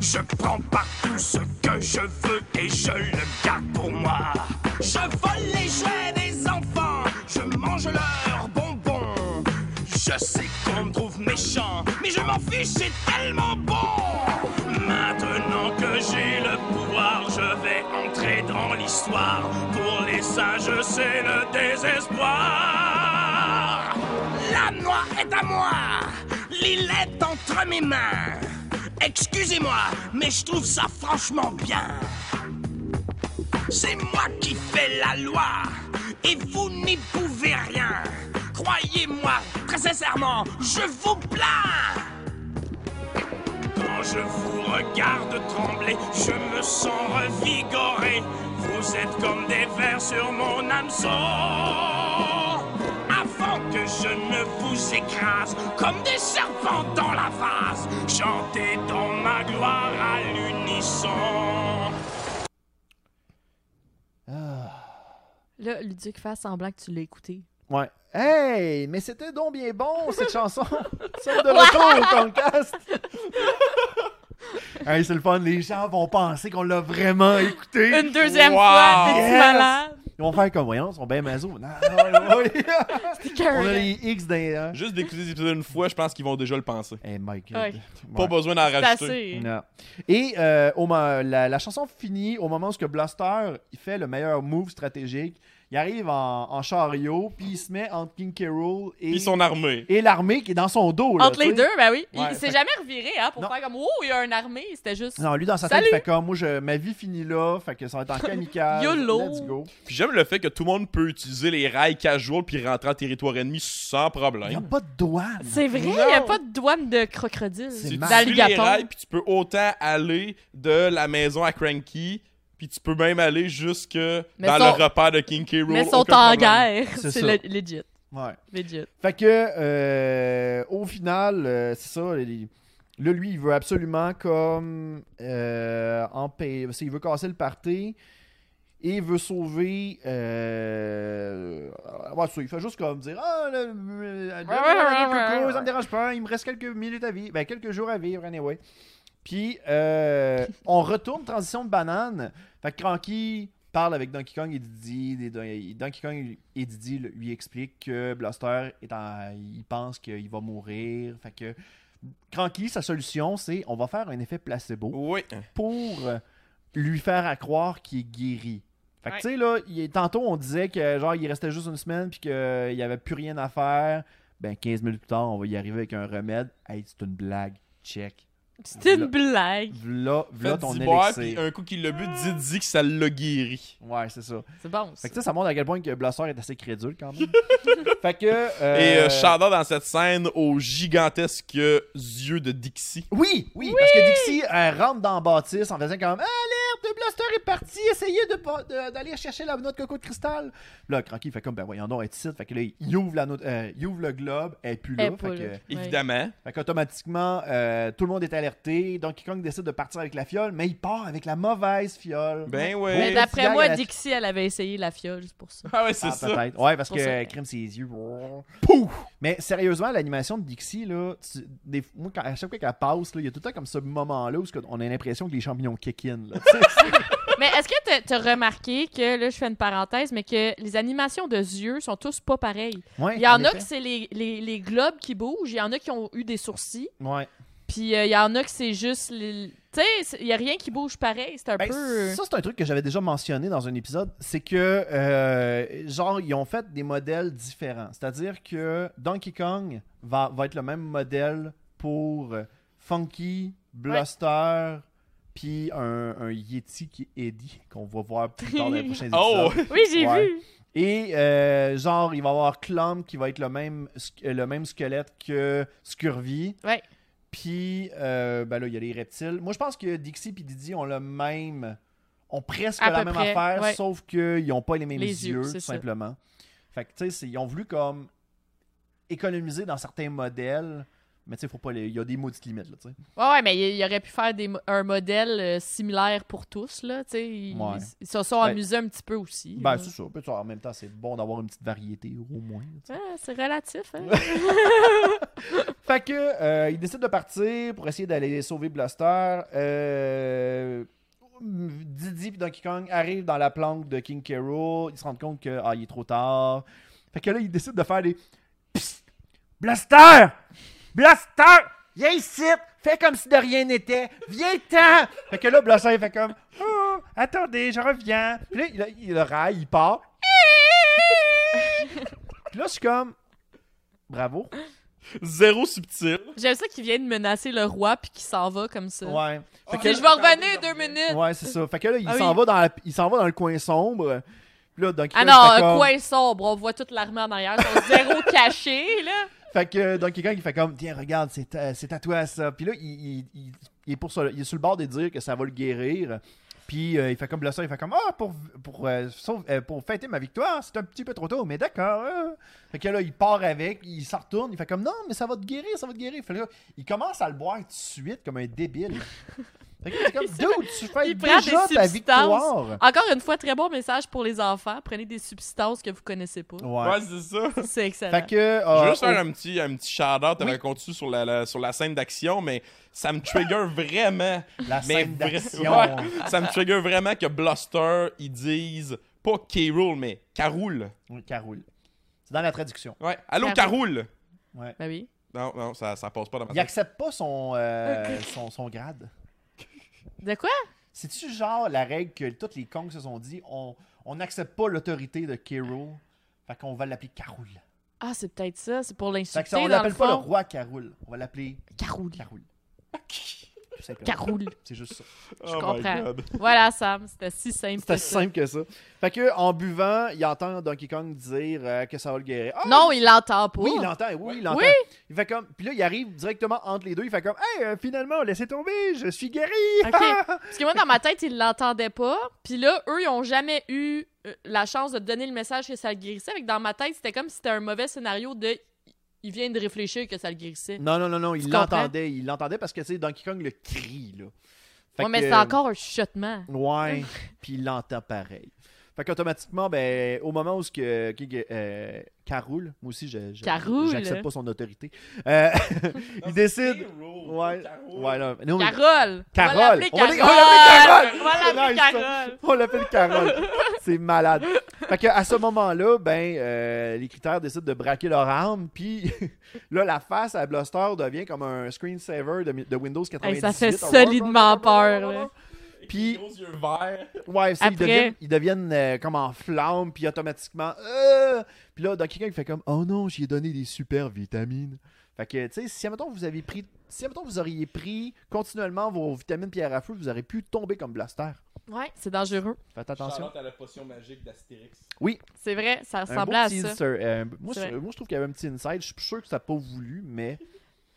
Je prends partout ce que je veux et je le garde pour moi. Je vole les jouets des enfants, je mange leurs bonbons. Je Je sais qu'on me trouve méchant, mais je m'en fiche, c'est tellement bon. Maintenant que j'ai le pouvoir, je vais entrer dans l'histoire. Pour les sages, c'est le désespoir. L'âme noire est à moi, l'île est entre mes mains. Excusez-moi, mais je trouve ça franchement bien. C'est moi qui fais la loi et vous n'y pouvez rien. Croyez-moi, très sincèrement, je vous plains. Quand je vous regarde trembler, je me sens revigoré. Vous êtes comme des vers sur mon hameçon. Avant que je ne vous écrase comme des serpents dans la vase, chantez dans ma gloire à l'unisson. Là, Luduc, fais semblant que tu l'as écouté. Ouais. Hey, mais c'était donc bien bon, cette chanson. Nous sommes de retour au Concast. Hey, c'est le fun, les gens vont penser qu'on l'a vraiment écouté. Une deuxième Wow! fois, t'es Yes! malade. Ils vont faire comme, voyons, ils sont bien maso. Non, non, oui. T'es On a carré. les X d'un. E. Juste d'écouter cet épisode une fois, je pense qu'ils vont déjà le penser. Hey, my God. Ouais. Pas besoin d'en C'est rajouter. assez. Non. Et euh, au mo- la, la chanson finit au moment où ce que Blaster il fait le meilleur move stratégique. Il arrive en, en chariot, puis il se met entre King Carol et, Puis son armée. et l'armée qui est dans son dos. là, Entre les tu sais. deux, ben oui. Il, Ouais, il s'est fait- jamais reviré hein, pour Non. faire comme Oh, il y a une armée. C'était juste. Non, lui dans sa tête, Salut! il fait comme moi, je, ma vie finit là, fait que ça va être en kamikaze. YOLO! Let's go. Puis j'aime le fait que tout le monde peut utiliser les rails casual puis rentrer en territoire ennemi Il n'y a sans problème. pas de douane. C'est vrai, il n'y a pas de douane de crocodile. C'est Tu mal. utilises les D'alligator. rails puis tu peux autant aller de la maison à Cranky puis tu peux même aller jusque Mais dans sont- le repère de King K. Rool, Mais ils aucun sont en problème. guerre. C'est C'est ça. le- legit. Ouais. Legit. Fait que, euh, au final, euh, c'est ça. les- là, lui, il veut absolument comme. Euh, en paix- c'est- Il veut casser le party. Et il veut sauver. Euh... ouais, c'est ça, il fait juste comme dire Ah, le- le- le- le- ça me dérange pas, il me reste quelques minutes à vivre. Ben, quelques jours à vivre, anyway. Puis, euh, on retourne transition de banane. Fait que Cranky parle avec Donkey Kong et Didi. et Don- et Donkey Kong et Didi le- lui explique que Blaster, est en- il pense qu'il va mourir. Fait que Cranky, sa solution, c'est on va faire un effet placebo Oui. pour euh, lui faire à croire qu'il est guéri. Fait que Ouais. tu sais, là, il est- tantôt on disait que genre il restait juste une semaine puis qu'il n'y avait plus rien à faire. Ben 15 minutes plus tard, on va y arriver avec un remède. Hey, c'est une blague. Check. C'est Là. une blague. V'là, v'là Faites ton dix boires, puis élixir. un coup qu'il l'a bu, Ah. dit que ça l'a guéri. Ouais, c'est ça. C'est bon. ça. Fait que ça, ça montre à quel point que Blaster est assez crédule quand même. fait que. euh, Et euh, shout out dans cette scène aux gigantesques euh, yeux de Dixie. Oui, oui, parce que Dixie euh, rentre dans Baptiste en faisant comme Alerte, le Blaster est parti, essayez de pas- de- d'aller chercher la noix de coco de cristal. Là, Cranky fait comme Ben voyons donc, elle est ici. Fait que là, il ouvre, la note- euh, il ouvre le globe, elle est plus là. Elle est fait pas que- là. Ouais. Évidemment. Fait qu'automatiquement, euh, tout le monde est alerté. Donkey Kong décide de partir avec la fiole, mais il part avec la mauvaise fiole. Ben Beau ouais. Mais petit d'après gag à moi, la- Dixie, elle avait essayé la fiole juste pour ça. Ah ouais, c'est Ah, ça. peut-être. Ouais, parce C'est pour ça que que- crime ses yeux. Mais sérieusement, l'animation de Dixie, là, tu- des- moi, quand- à chaque fois qu'elle passe, là, il y a tout le temps comme ce moment-là où ce que- on a l'impression que les champignons kick in. là. Tu sais, mais est-ce que t'as- t'as remarqué que, là, je fais une parenthèse, mais que les animations de yeux sont tous pas pareilles. Ouais, Il y en a effet. que c'est les, les, les globes qui bougent, il y en a qui ont eu des sourcils, Ouais. puis euh, il y en a que c'est juste. les- Tu sais, c'est- il y a rien qui bouge pareil, c'est un Ben, peu. euh, ça, c'est un truc que j'avais déjà mentionné dans un épisode. C'est que, euh, genre, ils ont fait des modèles différents. C'est-à-dire que Donkey Kong va, va être le même modèle pour euh, Funky, Blaster, puis un, un Yeti qui est Eddie, qu'on va voir plus tard dans les prochains épisodes. Oh! Oui, j'ai Ouais. vu. Et euh, genre, il va y avoir Clump qui va être le même, squ- euh, le même squelette que Scurvy. Ouais. Puis, euh, ben là, il y a les reptiles. Moi, je pense que Dixie et Didi ont le même. ont presque À la peu même près, affaire, ouais. sauf qu'ils n'ont pas les mêmes Les yeux, yeux, c'est tout ça. simplement. Fait que, tu sais, c'est- ils ont voulu comme économiser dans certains modèles, mais tu sais, faut pas les- il y a des maudites limites, là, tu sais. Ouais, ouais, mais il, il aurait pu faire des, mo- un modèle euh, similaire pour tous, là. Tu sais, ils, Ouais. ils se sont Ben- amusés un petit peu aussi. Ben, là. c'est ça. Puis, tu vois, en même temps, c'est bon d'avoir une petite variété, au moins. tu sais. Ah, c'est relatif, hein. Fait que euh, il décide de partir pour essayer d'aller sauver Blaster. Euh, Didi et Donkey Kong arrivent dans la planque de King Carol. Ils se rendent compte que ah, il est trop tard. Fait que là, ils décident de faire des psst, Blaster! Blaster! Viens ici! Fais comme si de rien n'était! Viens-t'en! Fait que là, Blaster, il fait comme Oh, attendez, je reviens! Puis là, il, a- il le raille, il part. Puis là, je suis comme. Bravo. Zéro subtil. J'aime ça qu'il vienne menacer le roi puis qu'il s'en va comme ça. Ouais. Fait Puis je vais revenir deux minutes. Ouais, c'est ça. Fait que là, il Ah s'en oui. va dans la- il s'en va dans le coin sombre. Puis là, Donkey Ah Kong, non, il fait un comme- coin sombre, on voit toute l'armée en arrière, ils sont zéro cachés, là. Fait que euh, Donkey Kong, il fait comme Tiens, regarde, c'est ta- c'est à toi ça. Puis là, il, il- il- il est pour ça, il est sur le bord de dire que ça va le guérir. Puis euh, il fait comme le ça, il fait comme Ah, pour, pour, euh, sauve- euh, pour fêter ma victoire, c'est un petit peu trop tôt, mais d'accord. hein. Fait que là, il part avec, il s'en retourne, il fait comme Non, mais ça va te guérir, ça va te guérir. Fait que là, il commence à le boire tout de suite comme un débile. Fait que là, c'est comme Dude, tu fais il prend des déjà ta substances. victoire. Encore une fois, très bon message pour les enfants. Prenez des substances que vous connaissez pas. Ouais. Ouais, c'est ça. C'est excellent. Fait que. Je veux euh, juste faire un petit, un petit shout-out avant qu'on continue sur la, la- sur la scène d'action, mais ça me trigger vraiment. La mais scène vra- d'action. Ouais, ça me trigger vraiment que Bluster, ils disent pas K-Rool, mais Caroul. Oui, Caroule. euh, C'est dans la traduction. Ouais. Allô, Caroul. Caroul! Ben oui. Non, non, ça, ça passe pas dans ma Il tête. accepte pas son, euh, son, son grade. De quoi? C'est-tu genre la règle que toutes les Kongs se sont dit on on n'accepte pas l'autorité de K-Rool, fait qu'on va l'appeler Karoul. Ah, c'est peut-être ça. C'est pour Fait l'insulter, que ça, on dans le l'appelle pas le fond. roi Karoul, on va l'appeler Caroul. Karoul. Tout simplement. Caroul. C'est juste ça. Je Oh my comprends. God. Voilà, Sam. C'était si simple. C'était que si ça. simple que ça. Fait que en buvant, il entend Donkey Kong dire euh, que ça va le guérir. Ah, Non, il l'entend pas. Oui, il l'entend, oui, il l'entend. Oui. Il fait comme puis là il arrive directement entre les deux, il fait comme "Hey, euh, finalement, laissez tomber, je suis guéri." OK. Parce que moi, dans ma tête, ils l'entendaient pas. Puis là, eux, ils ont jamais eu euh, la chance de donner le message que ça le guérissait. Fait que dans ma tête, c'était comme si c'était un mauvais scénario de... Ils viennent de réfléchir que ça le guérissait. Non, non, non, non, il comprends? l'entendait. Il l'entendait parce que, tu sais, Donkey Kong le crie, là. Fait ouais, mais que, euh, c'est encore un chuchotement. Ouais, puis il l'entend pareil. Fait qu'automatiquement, ben, au moment où ce que, que- que- euh, Caroul, moi aussi, je, je- Caroul. j'accepte pas son autorité, euh, il décide... K-Rool, Ouais, Caroul. ouais, là, nous, Carole! Carole. On va l'appeler On va l'appeler- Carole! on va l'appeler Carole. C'est nice, On va l'appeler Carole! on l'appelle Carole. C'est malade. Fait que, à ce moment-là, ben, euh, les critères décident de braquer leur arme, puis là, la face à Bluster devient comme un screensaver de, de Windows 98. Hey, ça fait solidement peur, là. Puis- Gros yeux verts. Ouais, c'est- ils Après- deviennent, ils deviennent, euh, comme en flamme, puis automatiquement. Euh, puis là, Donkey Kong fait comme Oh non, j'y ai donné des super vitamines. Fait que, tu sais, si admettons vous avez pris. Si admettons vous auriez pris continuellement vos vitamines pierre à feu, vous auriez pu tomber comme blaster. Ouais, c'est dangereux. Faites attention. Shout-out à la potion magique d'Astérix. C'est vrai, ça Un beau ressemblait à petit ça. inser- euh, moi, C'est je, moi, je trouve qu'il y avait un petit insight. Je suis sûr que ça n'a pas voulu, mais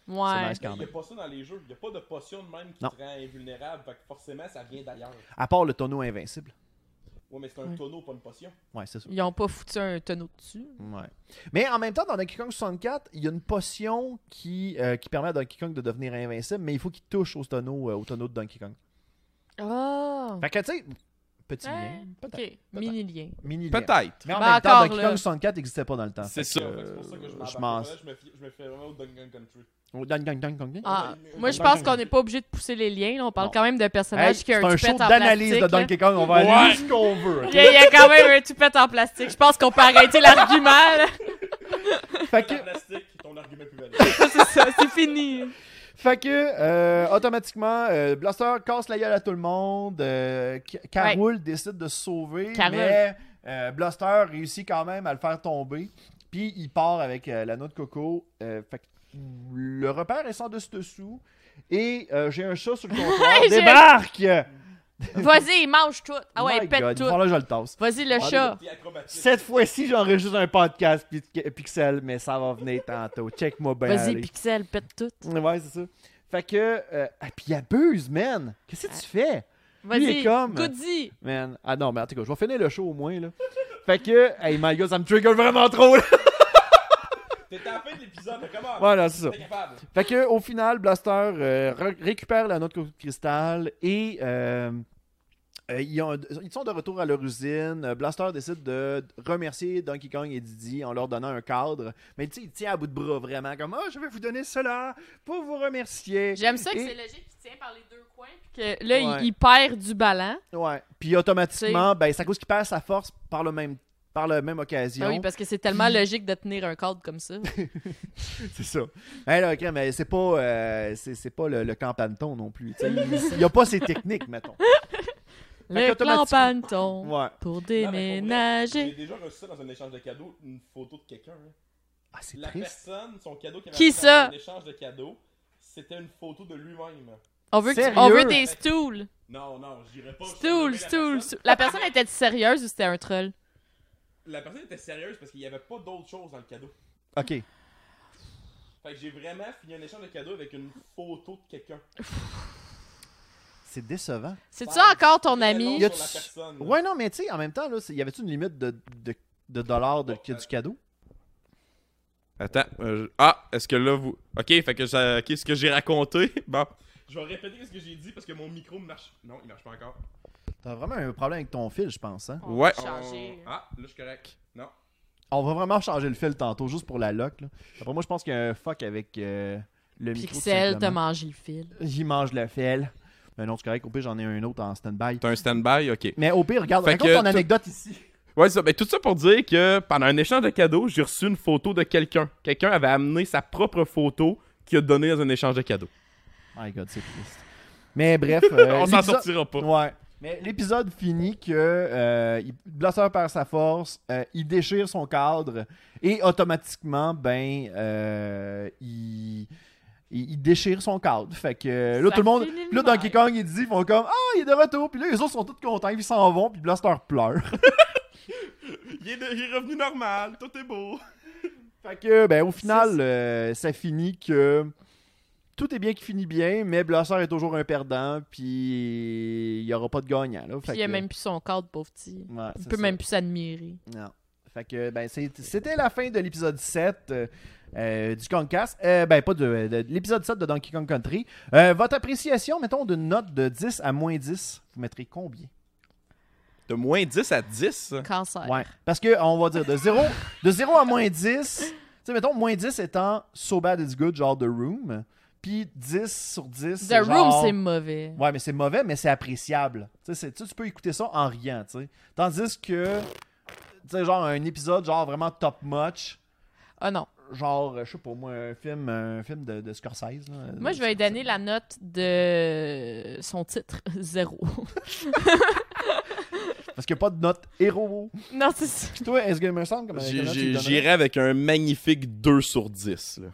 c'est Ouais. nice quand Il n'y a même. pas ça dans les jeux. Il n'y a pas de potion de même qui Non. te rend invulnérable. Fait que forcément, ça vient d'ailleurs. À part le tonneau invincible. Ouais, mais c'est un Ouais. tonneau, pas une potion. Ouais, c'est ça. Ils ont pas foutu un tonneau dessus. Ouais. Mais en même temps, dans Donkey Kong 64, il y a une potion qui, euh, qui permet à Donkey Kong de devenir invincible, mais il faut qu'il touche au tonneau, euh, au tonneau de Donkey Kong. Oh! Fait que, tu sais, petit Mm. Ouais, lien, peut-être. Ok, mini-lien. Mini lien. Peut-être. Mais en Ben même temps, encore, Donkey là. Kong 64 n'existait pas dans le temps. C'est Fait ça. que, Fait que C'est pour ça que je euh, je m'en m'en... je, me fie- je me fais vraiment au Dungeon Country. Oh, Dunk, dunk, dunk, dunk, dunk. Ah, Ouais. moi, je pense qu'on n'est pas obligé de pousser les liens. là. On parle Non. quand même d'un Hey, personnage qui c'est a un un toupette show en d'analyse plastique. de là. Donkey Kong. On va aller Ouais. jusqu'où on veut. Il y, a, il y a quand même un toupette en plastique. Je pense qu'on peut arrêter l'argument. là. Fait que, En plastique, ton argument est plus valide. c'est ça, c'est fini. fait que euh, automatiquement, euh, Blaster casse la gueule à tout le monde. euh, Ca- Caroul décide de se sauver, Caroul. mais euh, Blaster réussit quand même à le faire tomber. Puis il part avec euh, la noix de coco. euh, fait que le repère est sans dessus dessous. Et euh, j'ai un chat sur le comptoir. J'ai- Débarque! Vas-y, mange tout. Ah ouais, My pète God, tout. bon, là, je le tasse. Vas-y, le Ah, chat. T'es acrobatique. Cette fois-ci, j'enregistre un podcast Pix- Pixel, mais ça va venir tantôt. Check-moi bien. Vas-y, aller. Pixel, pète tout. Ouais, c'est ça. Fait que. Euh, ah, puis il abuse, man! Qu'est-ce Ah. que tu fais? il est Vas-y, comme- goody. Man. Ah non, mais en tout cas, je vais finir le show au moins, là. Fait que. Hey, my god, ça me trigger vraiment trop, là! T'es à la fin de l'épisode, comment? Voilà, c'est ça. T'es capable. Fait que, au final, Blaster euh, re- récupère la note de cristal et. euh, euh, ils, ont- ils sont de retour à leur usine. Euh, Blaster décide de remercier Donkey Kong et Didi en leur donnant un cadre. Mais tu sais, il tient à bout de bras vraiment, comme Ah, je vais vous donner cela pour vous remercier. J'aime ça que Et- c'est logique qu'il tient par les deux coins. puis Que là, Ouais. il, il perd du ballon. Ouais. Puis automatiquement, ben, c'est à cause qu'il perd sa force par le même par la même occasion. Ah oui, parce que c'est tellement logique de tenir un cadre comme ça. C'est ça. Hey, là, crème, mais c'est pas, euh, c'est, c'est pas le, le campanton non plus. tu sais. Il n'y a pas ces techniques, mettons. Fait Le qu'automatiquement- campanton Ouais. pour Non, mais pour vrai, J'ai déménager. déjà reçu ça dans un échange de cadeaux, une photo de quelqu'un. hein. Ah, c'est La triste. personne, son cadeau qu'elle Qui avait ça? dans un échange de cadeaux, c'était une photo de lui-même. On veut, que tu- on veut Sérieux? des stools. Non, non, je dirais pas. je Stools, dirais la stools, personne. stools. La personne était sérieuse ou c'était un troll? La personne était sérieuse parce qu'il y avait pas d'autre chose dans le cadeau. OK. Fait que j'ai vraiment fini un échange de cadeaux avec une photo de quelqu'un. C'est décevant. C'est ça encore ton Très long ami? Y sur a-tu- la personne, là. Ouais, non, mais tu sais, en même temps, là, c'est- y avait-tu une limite de, de, de dollars de, du cadeau? Attends. euh, je- Ah, est-ce que là, vous. Ok, fait que ça... ok, ce que j'ai raconté. Bon. Je vais répéter ce que j'ai dit parce que mon micro me marche. Non, il marche pas encore. T'as vraiment un problème avec ton fil, je pense. Hein? On ouais. peut changer. on- Ah, là, je suis correct. Non. On va vraiment changer le fil tantôt, juste pour la loc. Là. Après, moi, je pense qu'il y a un fuck avec euh, le micro. tout Pixel, t'as simplement. mangé le fil. J'y mange le fil. Mais non, c'est correct. Au pire, j'en ai un autre en stand-by. T'as un stand-by, ok. Mais au pire, regarde, Fait raconte que ton tout- anecdote ici. Ouais, c'est ça. Ben, tout ça pour dire que pendant un échange de cadeaux, j'ai reçu une photo de quelqu'un. Quelqu'un avait amené sa propre photo qu'il a donnée dans un échange de cadeaux. My God, c'est triste. Mais bref, euh, On s'en l'épisode- sortira pas. Ouais. Mais l'épisode finit que euh, il- Blaster perd sa force, euh, il déchire son cadre et automatiquement, ben, euh, il, il, il déchire son cadre. Fait que euh, là, Ça tout le monde, finit le là, Donkey mal. Kong, il dit, ils font comme Ah, il est de retour. Puis là, les autres sont tous contents, ils s'en vont, puis Blaster pleure. Il est, de- il est revenu normal, tout est beau. fait que, ben, au final, euh, ça finit que. Tout est bien qui finit bien, mais Blaster est toujours un perdant, puis il n'y aura pas de gagnant. Là. Fait Puis il a que- même plus son cadre, pauvre petit. Ouais, Il c'est peut ça. même plus s'admirer. Non. Fait que, ben, c'est- c'était la fin de l'épisode 7 euh, euh, du Concast. Euh, ben, pas de, de- de l'épisode 7 de Donkey Kong Country. Euh, votre appréciation, mettons, d'une note de 10 à moins 10, vous mettrez combien De moins 10 à 10. Cancer. Ouais. Parce que, on va dire, de 0, de 0 à moins 10, tu sais, mettons, moins 10 étant so bad it's good, genre The Room. Puis 10 sur 10. The Room, genre- c'est mauvais. Ouais, mais c'est mauvais, mais c'est appréciable. Tu sais, c'est- tu sais, tu peux écouter ça en riant, tu sais. Tandis que, tu sais, genre, un épisode, genre, vraiment top-notch. Ah non. genre, euh, je sais pas moi, un film, un film de, de Scorsese. là. Moi, je vais lui donner la note de son titre, zéro. Parce qu'il n'y a pas de note héros. non, c'est ça. Puis toi, est-ce que il me Ah ben, semble comme comme note, tu lui donnerais? J'irai avec un magnifique 2 sur 10. là.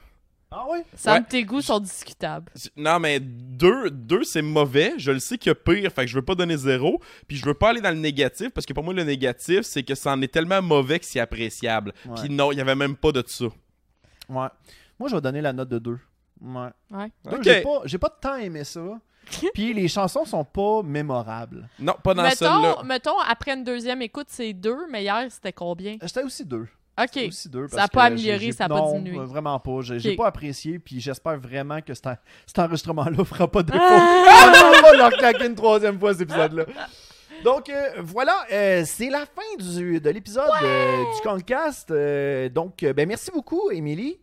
Ah oui? Ça Ouais. me tes goûts sont discutables. J- Non, mais 2, 2 c'est mauvais. Je le sais qu'il y a pire, fait que je veux pas donner 0. Puis je veux pas aller dans le négatif, parce que pour moi, le négatif, c'est que ça en est tellement mauvais que c'est appréciable. Ouais. Puis non, il y avait même pas de ça. Ouais. Moi, je vais donner la note de 2. Ouais. Ouais. Deux, Ok. J'ai pas, j'ai pas tant aimé ça. Puis les chansons sont pas mémorables. Non, pas dans Mettons, celle-là. mettons, après une deuxième écoute, c'est deux, mais hier, c'était combien? J'étais aussi deux. OK. J'étais Euh, aussi deux Ça parce a pas que amélioré, j'ai- j'ai- ça a pas non, diminué. euh, vraiment pas. J'ai j'ai Ok. pas apprécié. Puis j'espère vraiment que cet, en- cet enregistrement-là fera pas de défaut. Ah! On va leur claquer une troisième fois cet épisode-là. Donc euh, voilà, euh, c'est la fin du, de l'épisode euh, du Concast. Euh, donc euh, ben merci beaucoup, Émilie,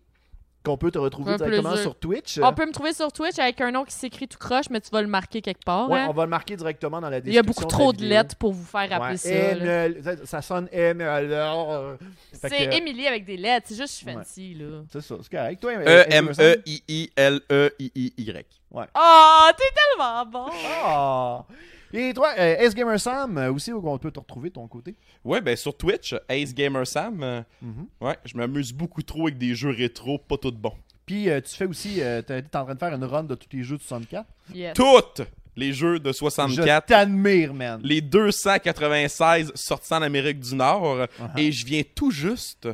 qu'on peut te retrouver Un directement plaisir. sur Twitch. On peut me trouver sur Twitch avec un nom qui s'écrit tout croche, mais tu vas le marquer quelque part. Ouais, hein. on va le marquer directement dans la Il description. y a de beaucoup la trop de vidéo. lettres pour vous faire Ouais. rappeler ça. M, là. euh, ça. sonne M. euh, fait que, C'est euh, Émilie avec des lettres, c'est juste je suis Ouais. fancy, là. C'est ça, c'est correct. Toi, E, euh, Emerson? E-M-E-I-I-L-E-I-Y. Oh, t'es tellement bon! Ah! Et toi, euh, S Gamer Sam, euh, aussi, où on peut te retrouver de ton côté. Ouais, ben sur Twitch, Ace Gamer Sam. euh, Mhm. Ouais, je m'amuse beaucoup trop avec des jeux rétro pas tout bons. Puis euh, tu fais aussi, euh, t'es t'es en train de faire une run de tous les jeux de 64. Yes. Toutes les jeux de Je 64, t'admire, man. les 296 sortis en Amérique du Nord, euh, Uh-huh. et je viens tout juste,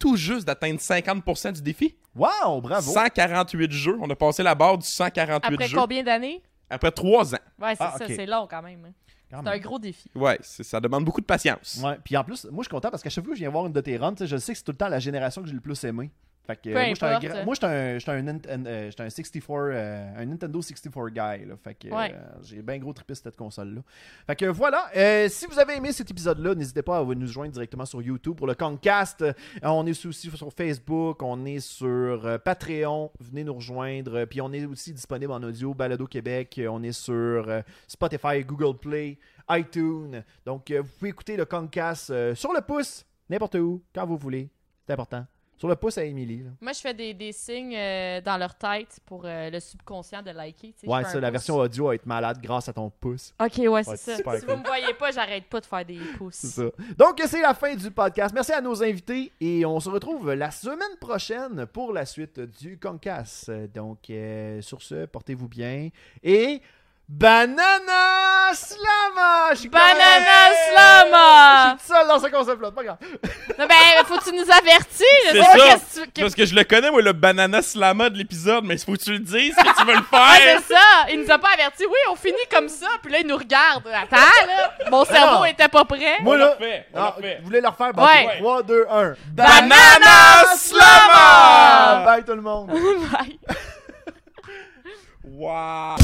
tout juste d'atteindre 50% du défi. Wow, bravo. 148 jeux, on a passé la barre du 148 Après jeux. combien d'années? Après 3 ans. Ouais, c'est Ah, ça, ok. Ah, c'est long quand même. hein. Quand C'est un même. gros défi. Ouais, c'est- ça demande beaucoup de patience. Ouais, puis en plus, moi je suis content parce qu'à chaque fois que je viens voir une de tes runs, tu sais, je sais que c'est tout le temps la génération que j'ai le plus aimé. Fait que, euh, Peu moi, j'étais un, importe. grand- moi, j'étais un, j'étais un, Nint- un, euh, j'étais un 64, euh, un Nintendo 64 guy. Là, fait que euh, Ouais. j'ai bien gros trippé sur cette console-là. Fait que voilà, euh, si vous avez aimé cet épisode-là, n'hésitez pas à nous joindre directement sur YouTube pour le Concast. Euh, on est aussi sur Facebook, on est sur euh, Patreon. Venez nous rejoindre. Euh, Puis on est aussi disponible en audio, Balado Québec. Euh, On est sur euh, Spotify, Google Play, iTunes. Donc, euh, vous pouvez écouter le Concast euh, sur le pouce. n'importe où, quand vous voulez. C'est important. Sur le pouce à Émilie. là. Moi, je fais des, des signes euh, dans leur tête pour euh, le subconscient de liker. tu sais, je Ouais, fais un ça, la pouce. version audio va être malade grâce à ton pouce. Ok, ouais, Ouais, c'est c'est ça. super Si cool. vous me voyez pas, j'arrête pas de faire des C'est pouces. ça. Donc, c'est la fin du podcast. Merci à nos invités et on se retrouve la semaine prochaine pour la suite du Concast. Donc, euh, sur ce, portez-vous bien et Banana Slama! Je suis Banana correct! Je Slama! suis tout seul dans ce concept-là, pas grave. Non, ben, faut que tu nous avertis. là, C'est pas ça. qu'est-ce que tu- que- Parce que je le connais, moi, le banana slama de l'épisode, mais faut que tu le dises que tu veux le Ah, faire. c'est ça! Il nous a pas avertis. Oui, on finit comme ça, puis là, il nous regarde. Attends, là! Mon cerveau était pas prêt. Ah Moi, on l'a là, fait, on Ah, l'a fait. vous voulez le refaire? Bon, Ouais. ok, 3, 2, 1. Banana Slama! Bye tout le monde! Bye! Wow.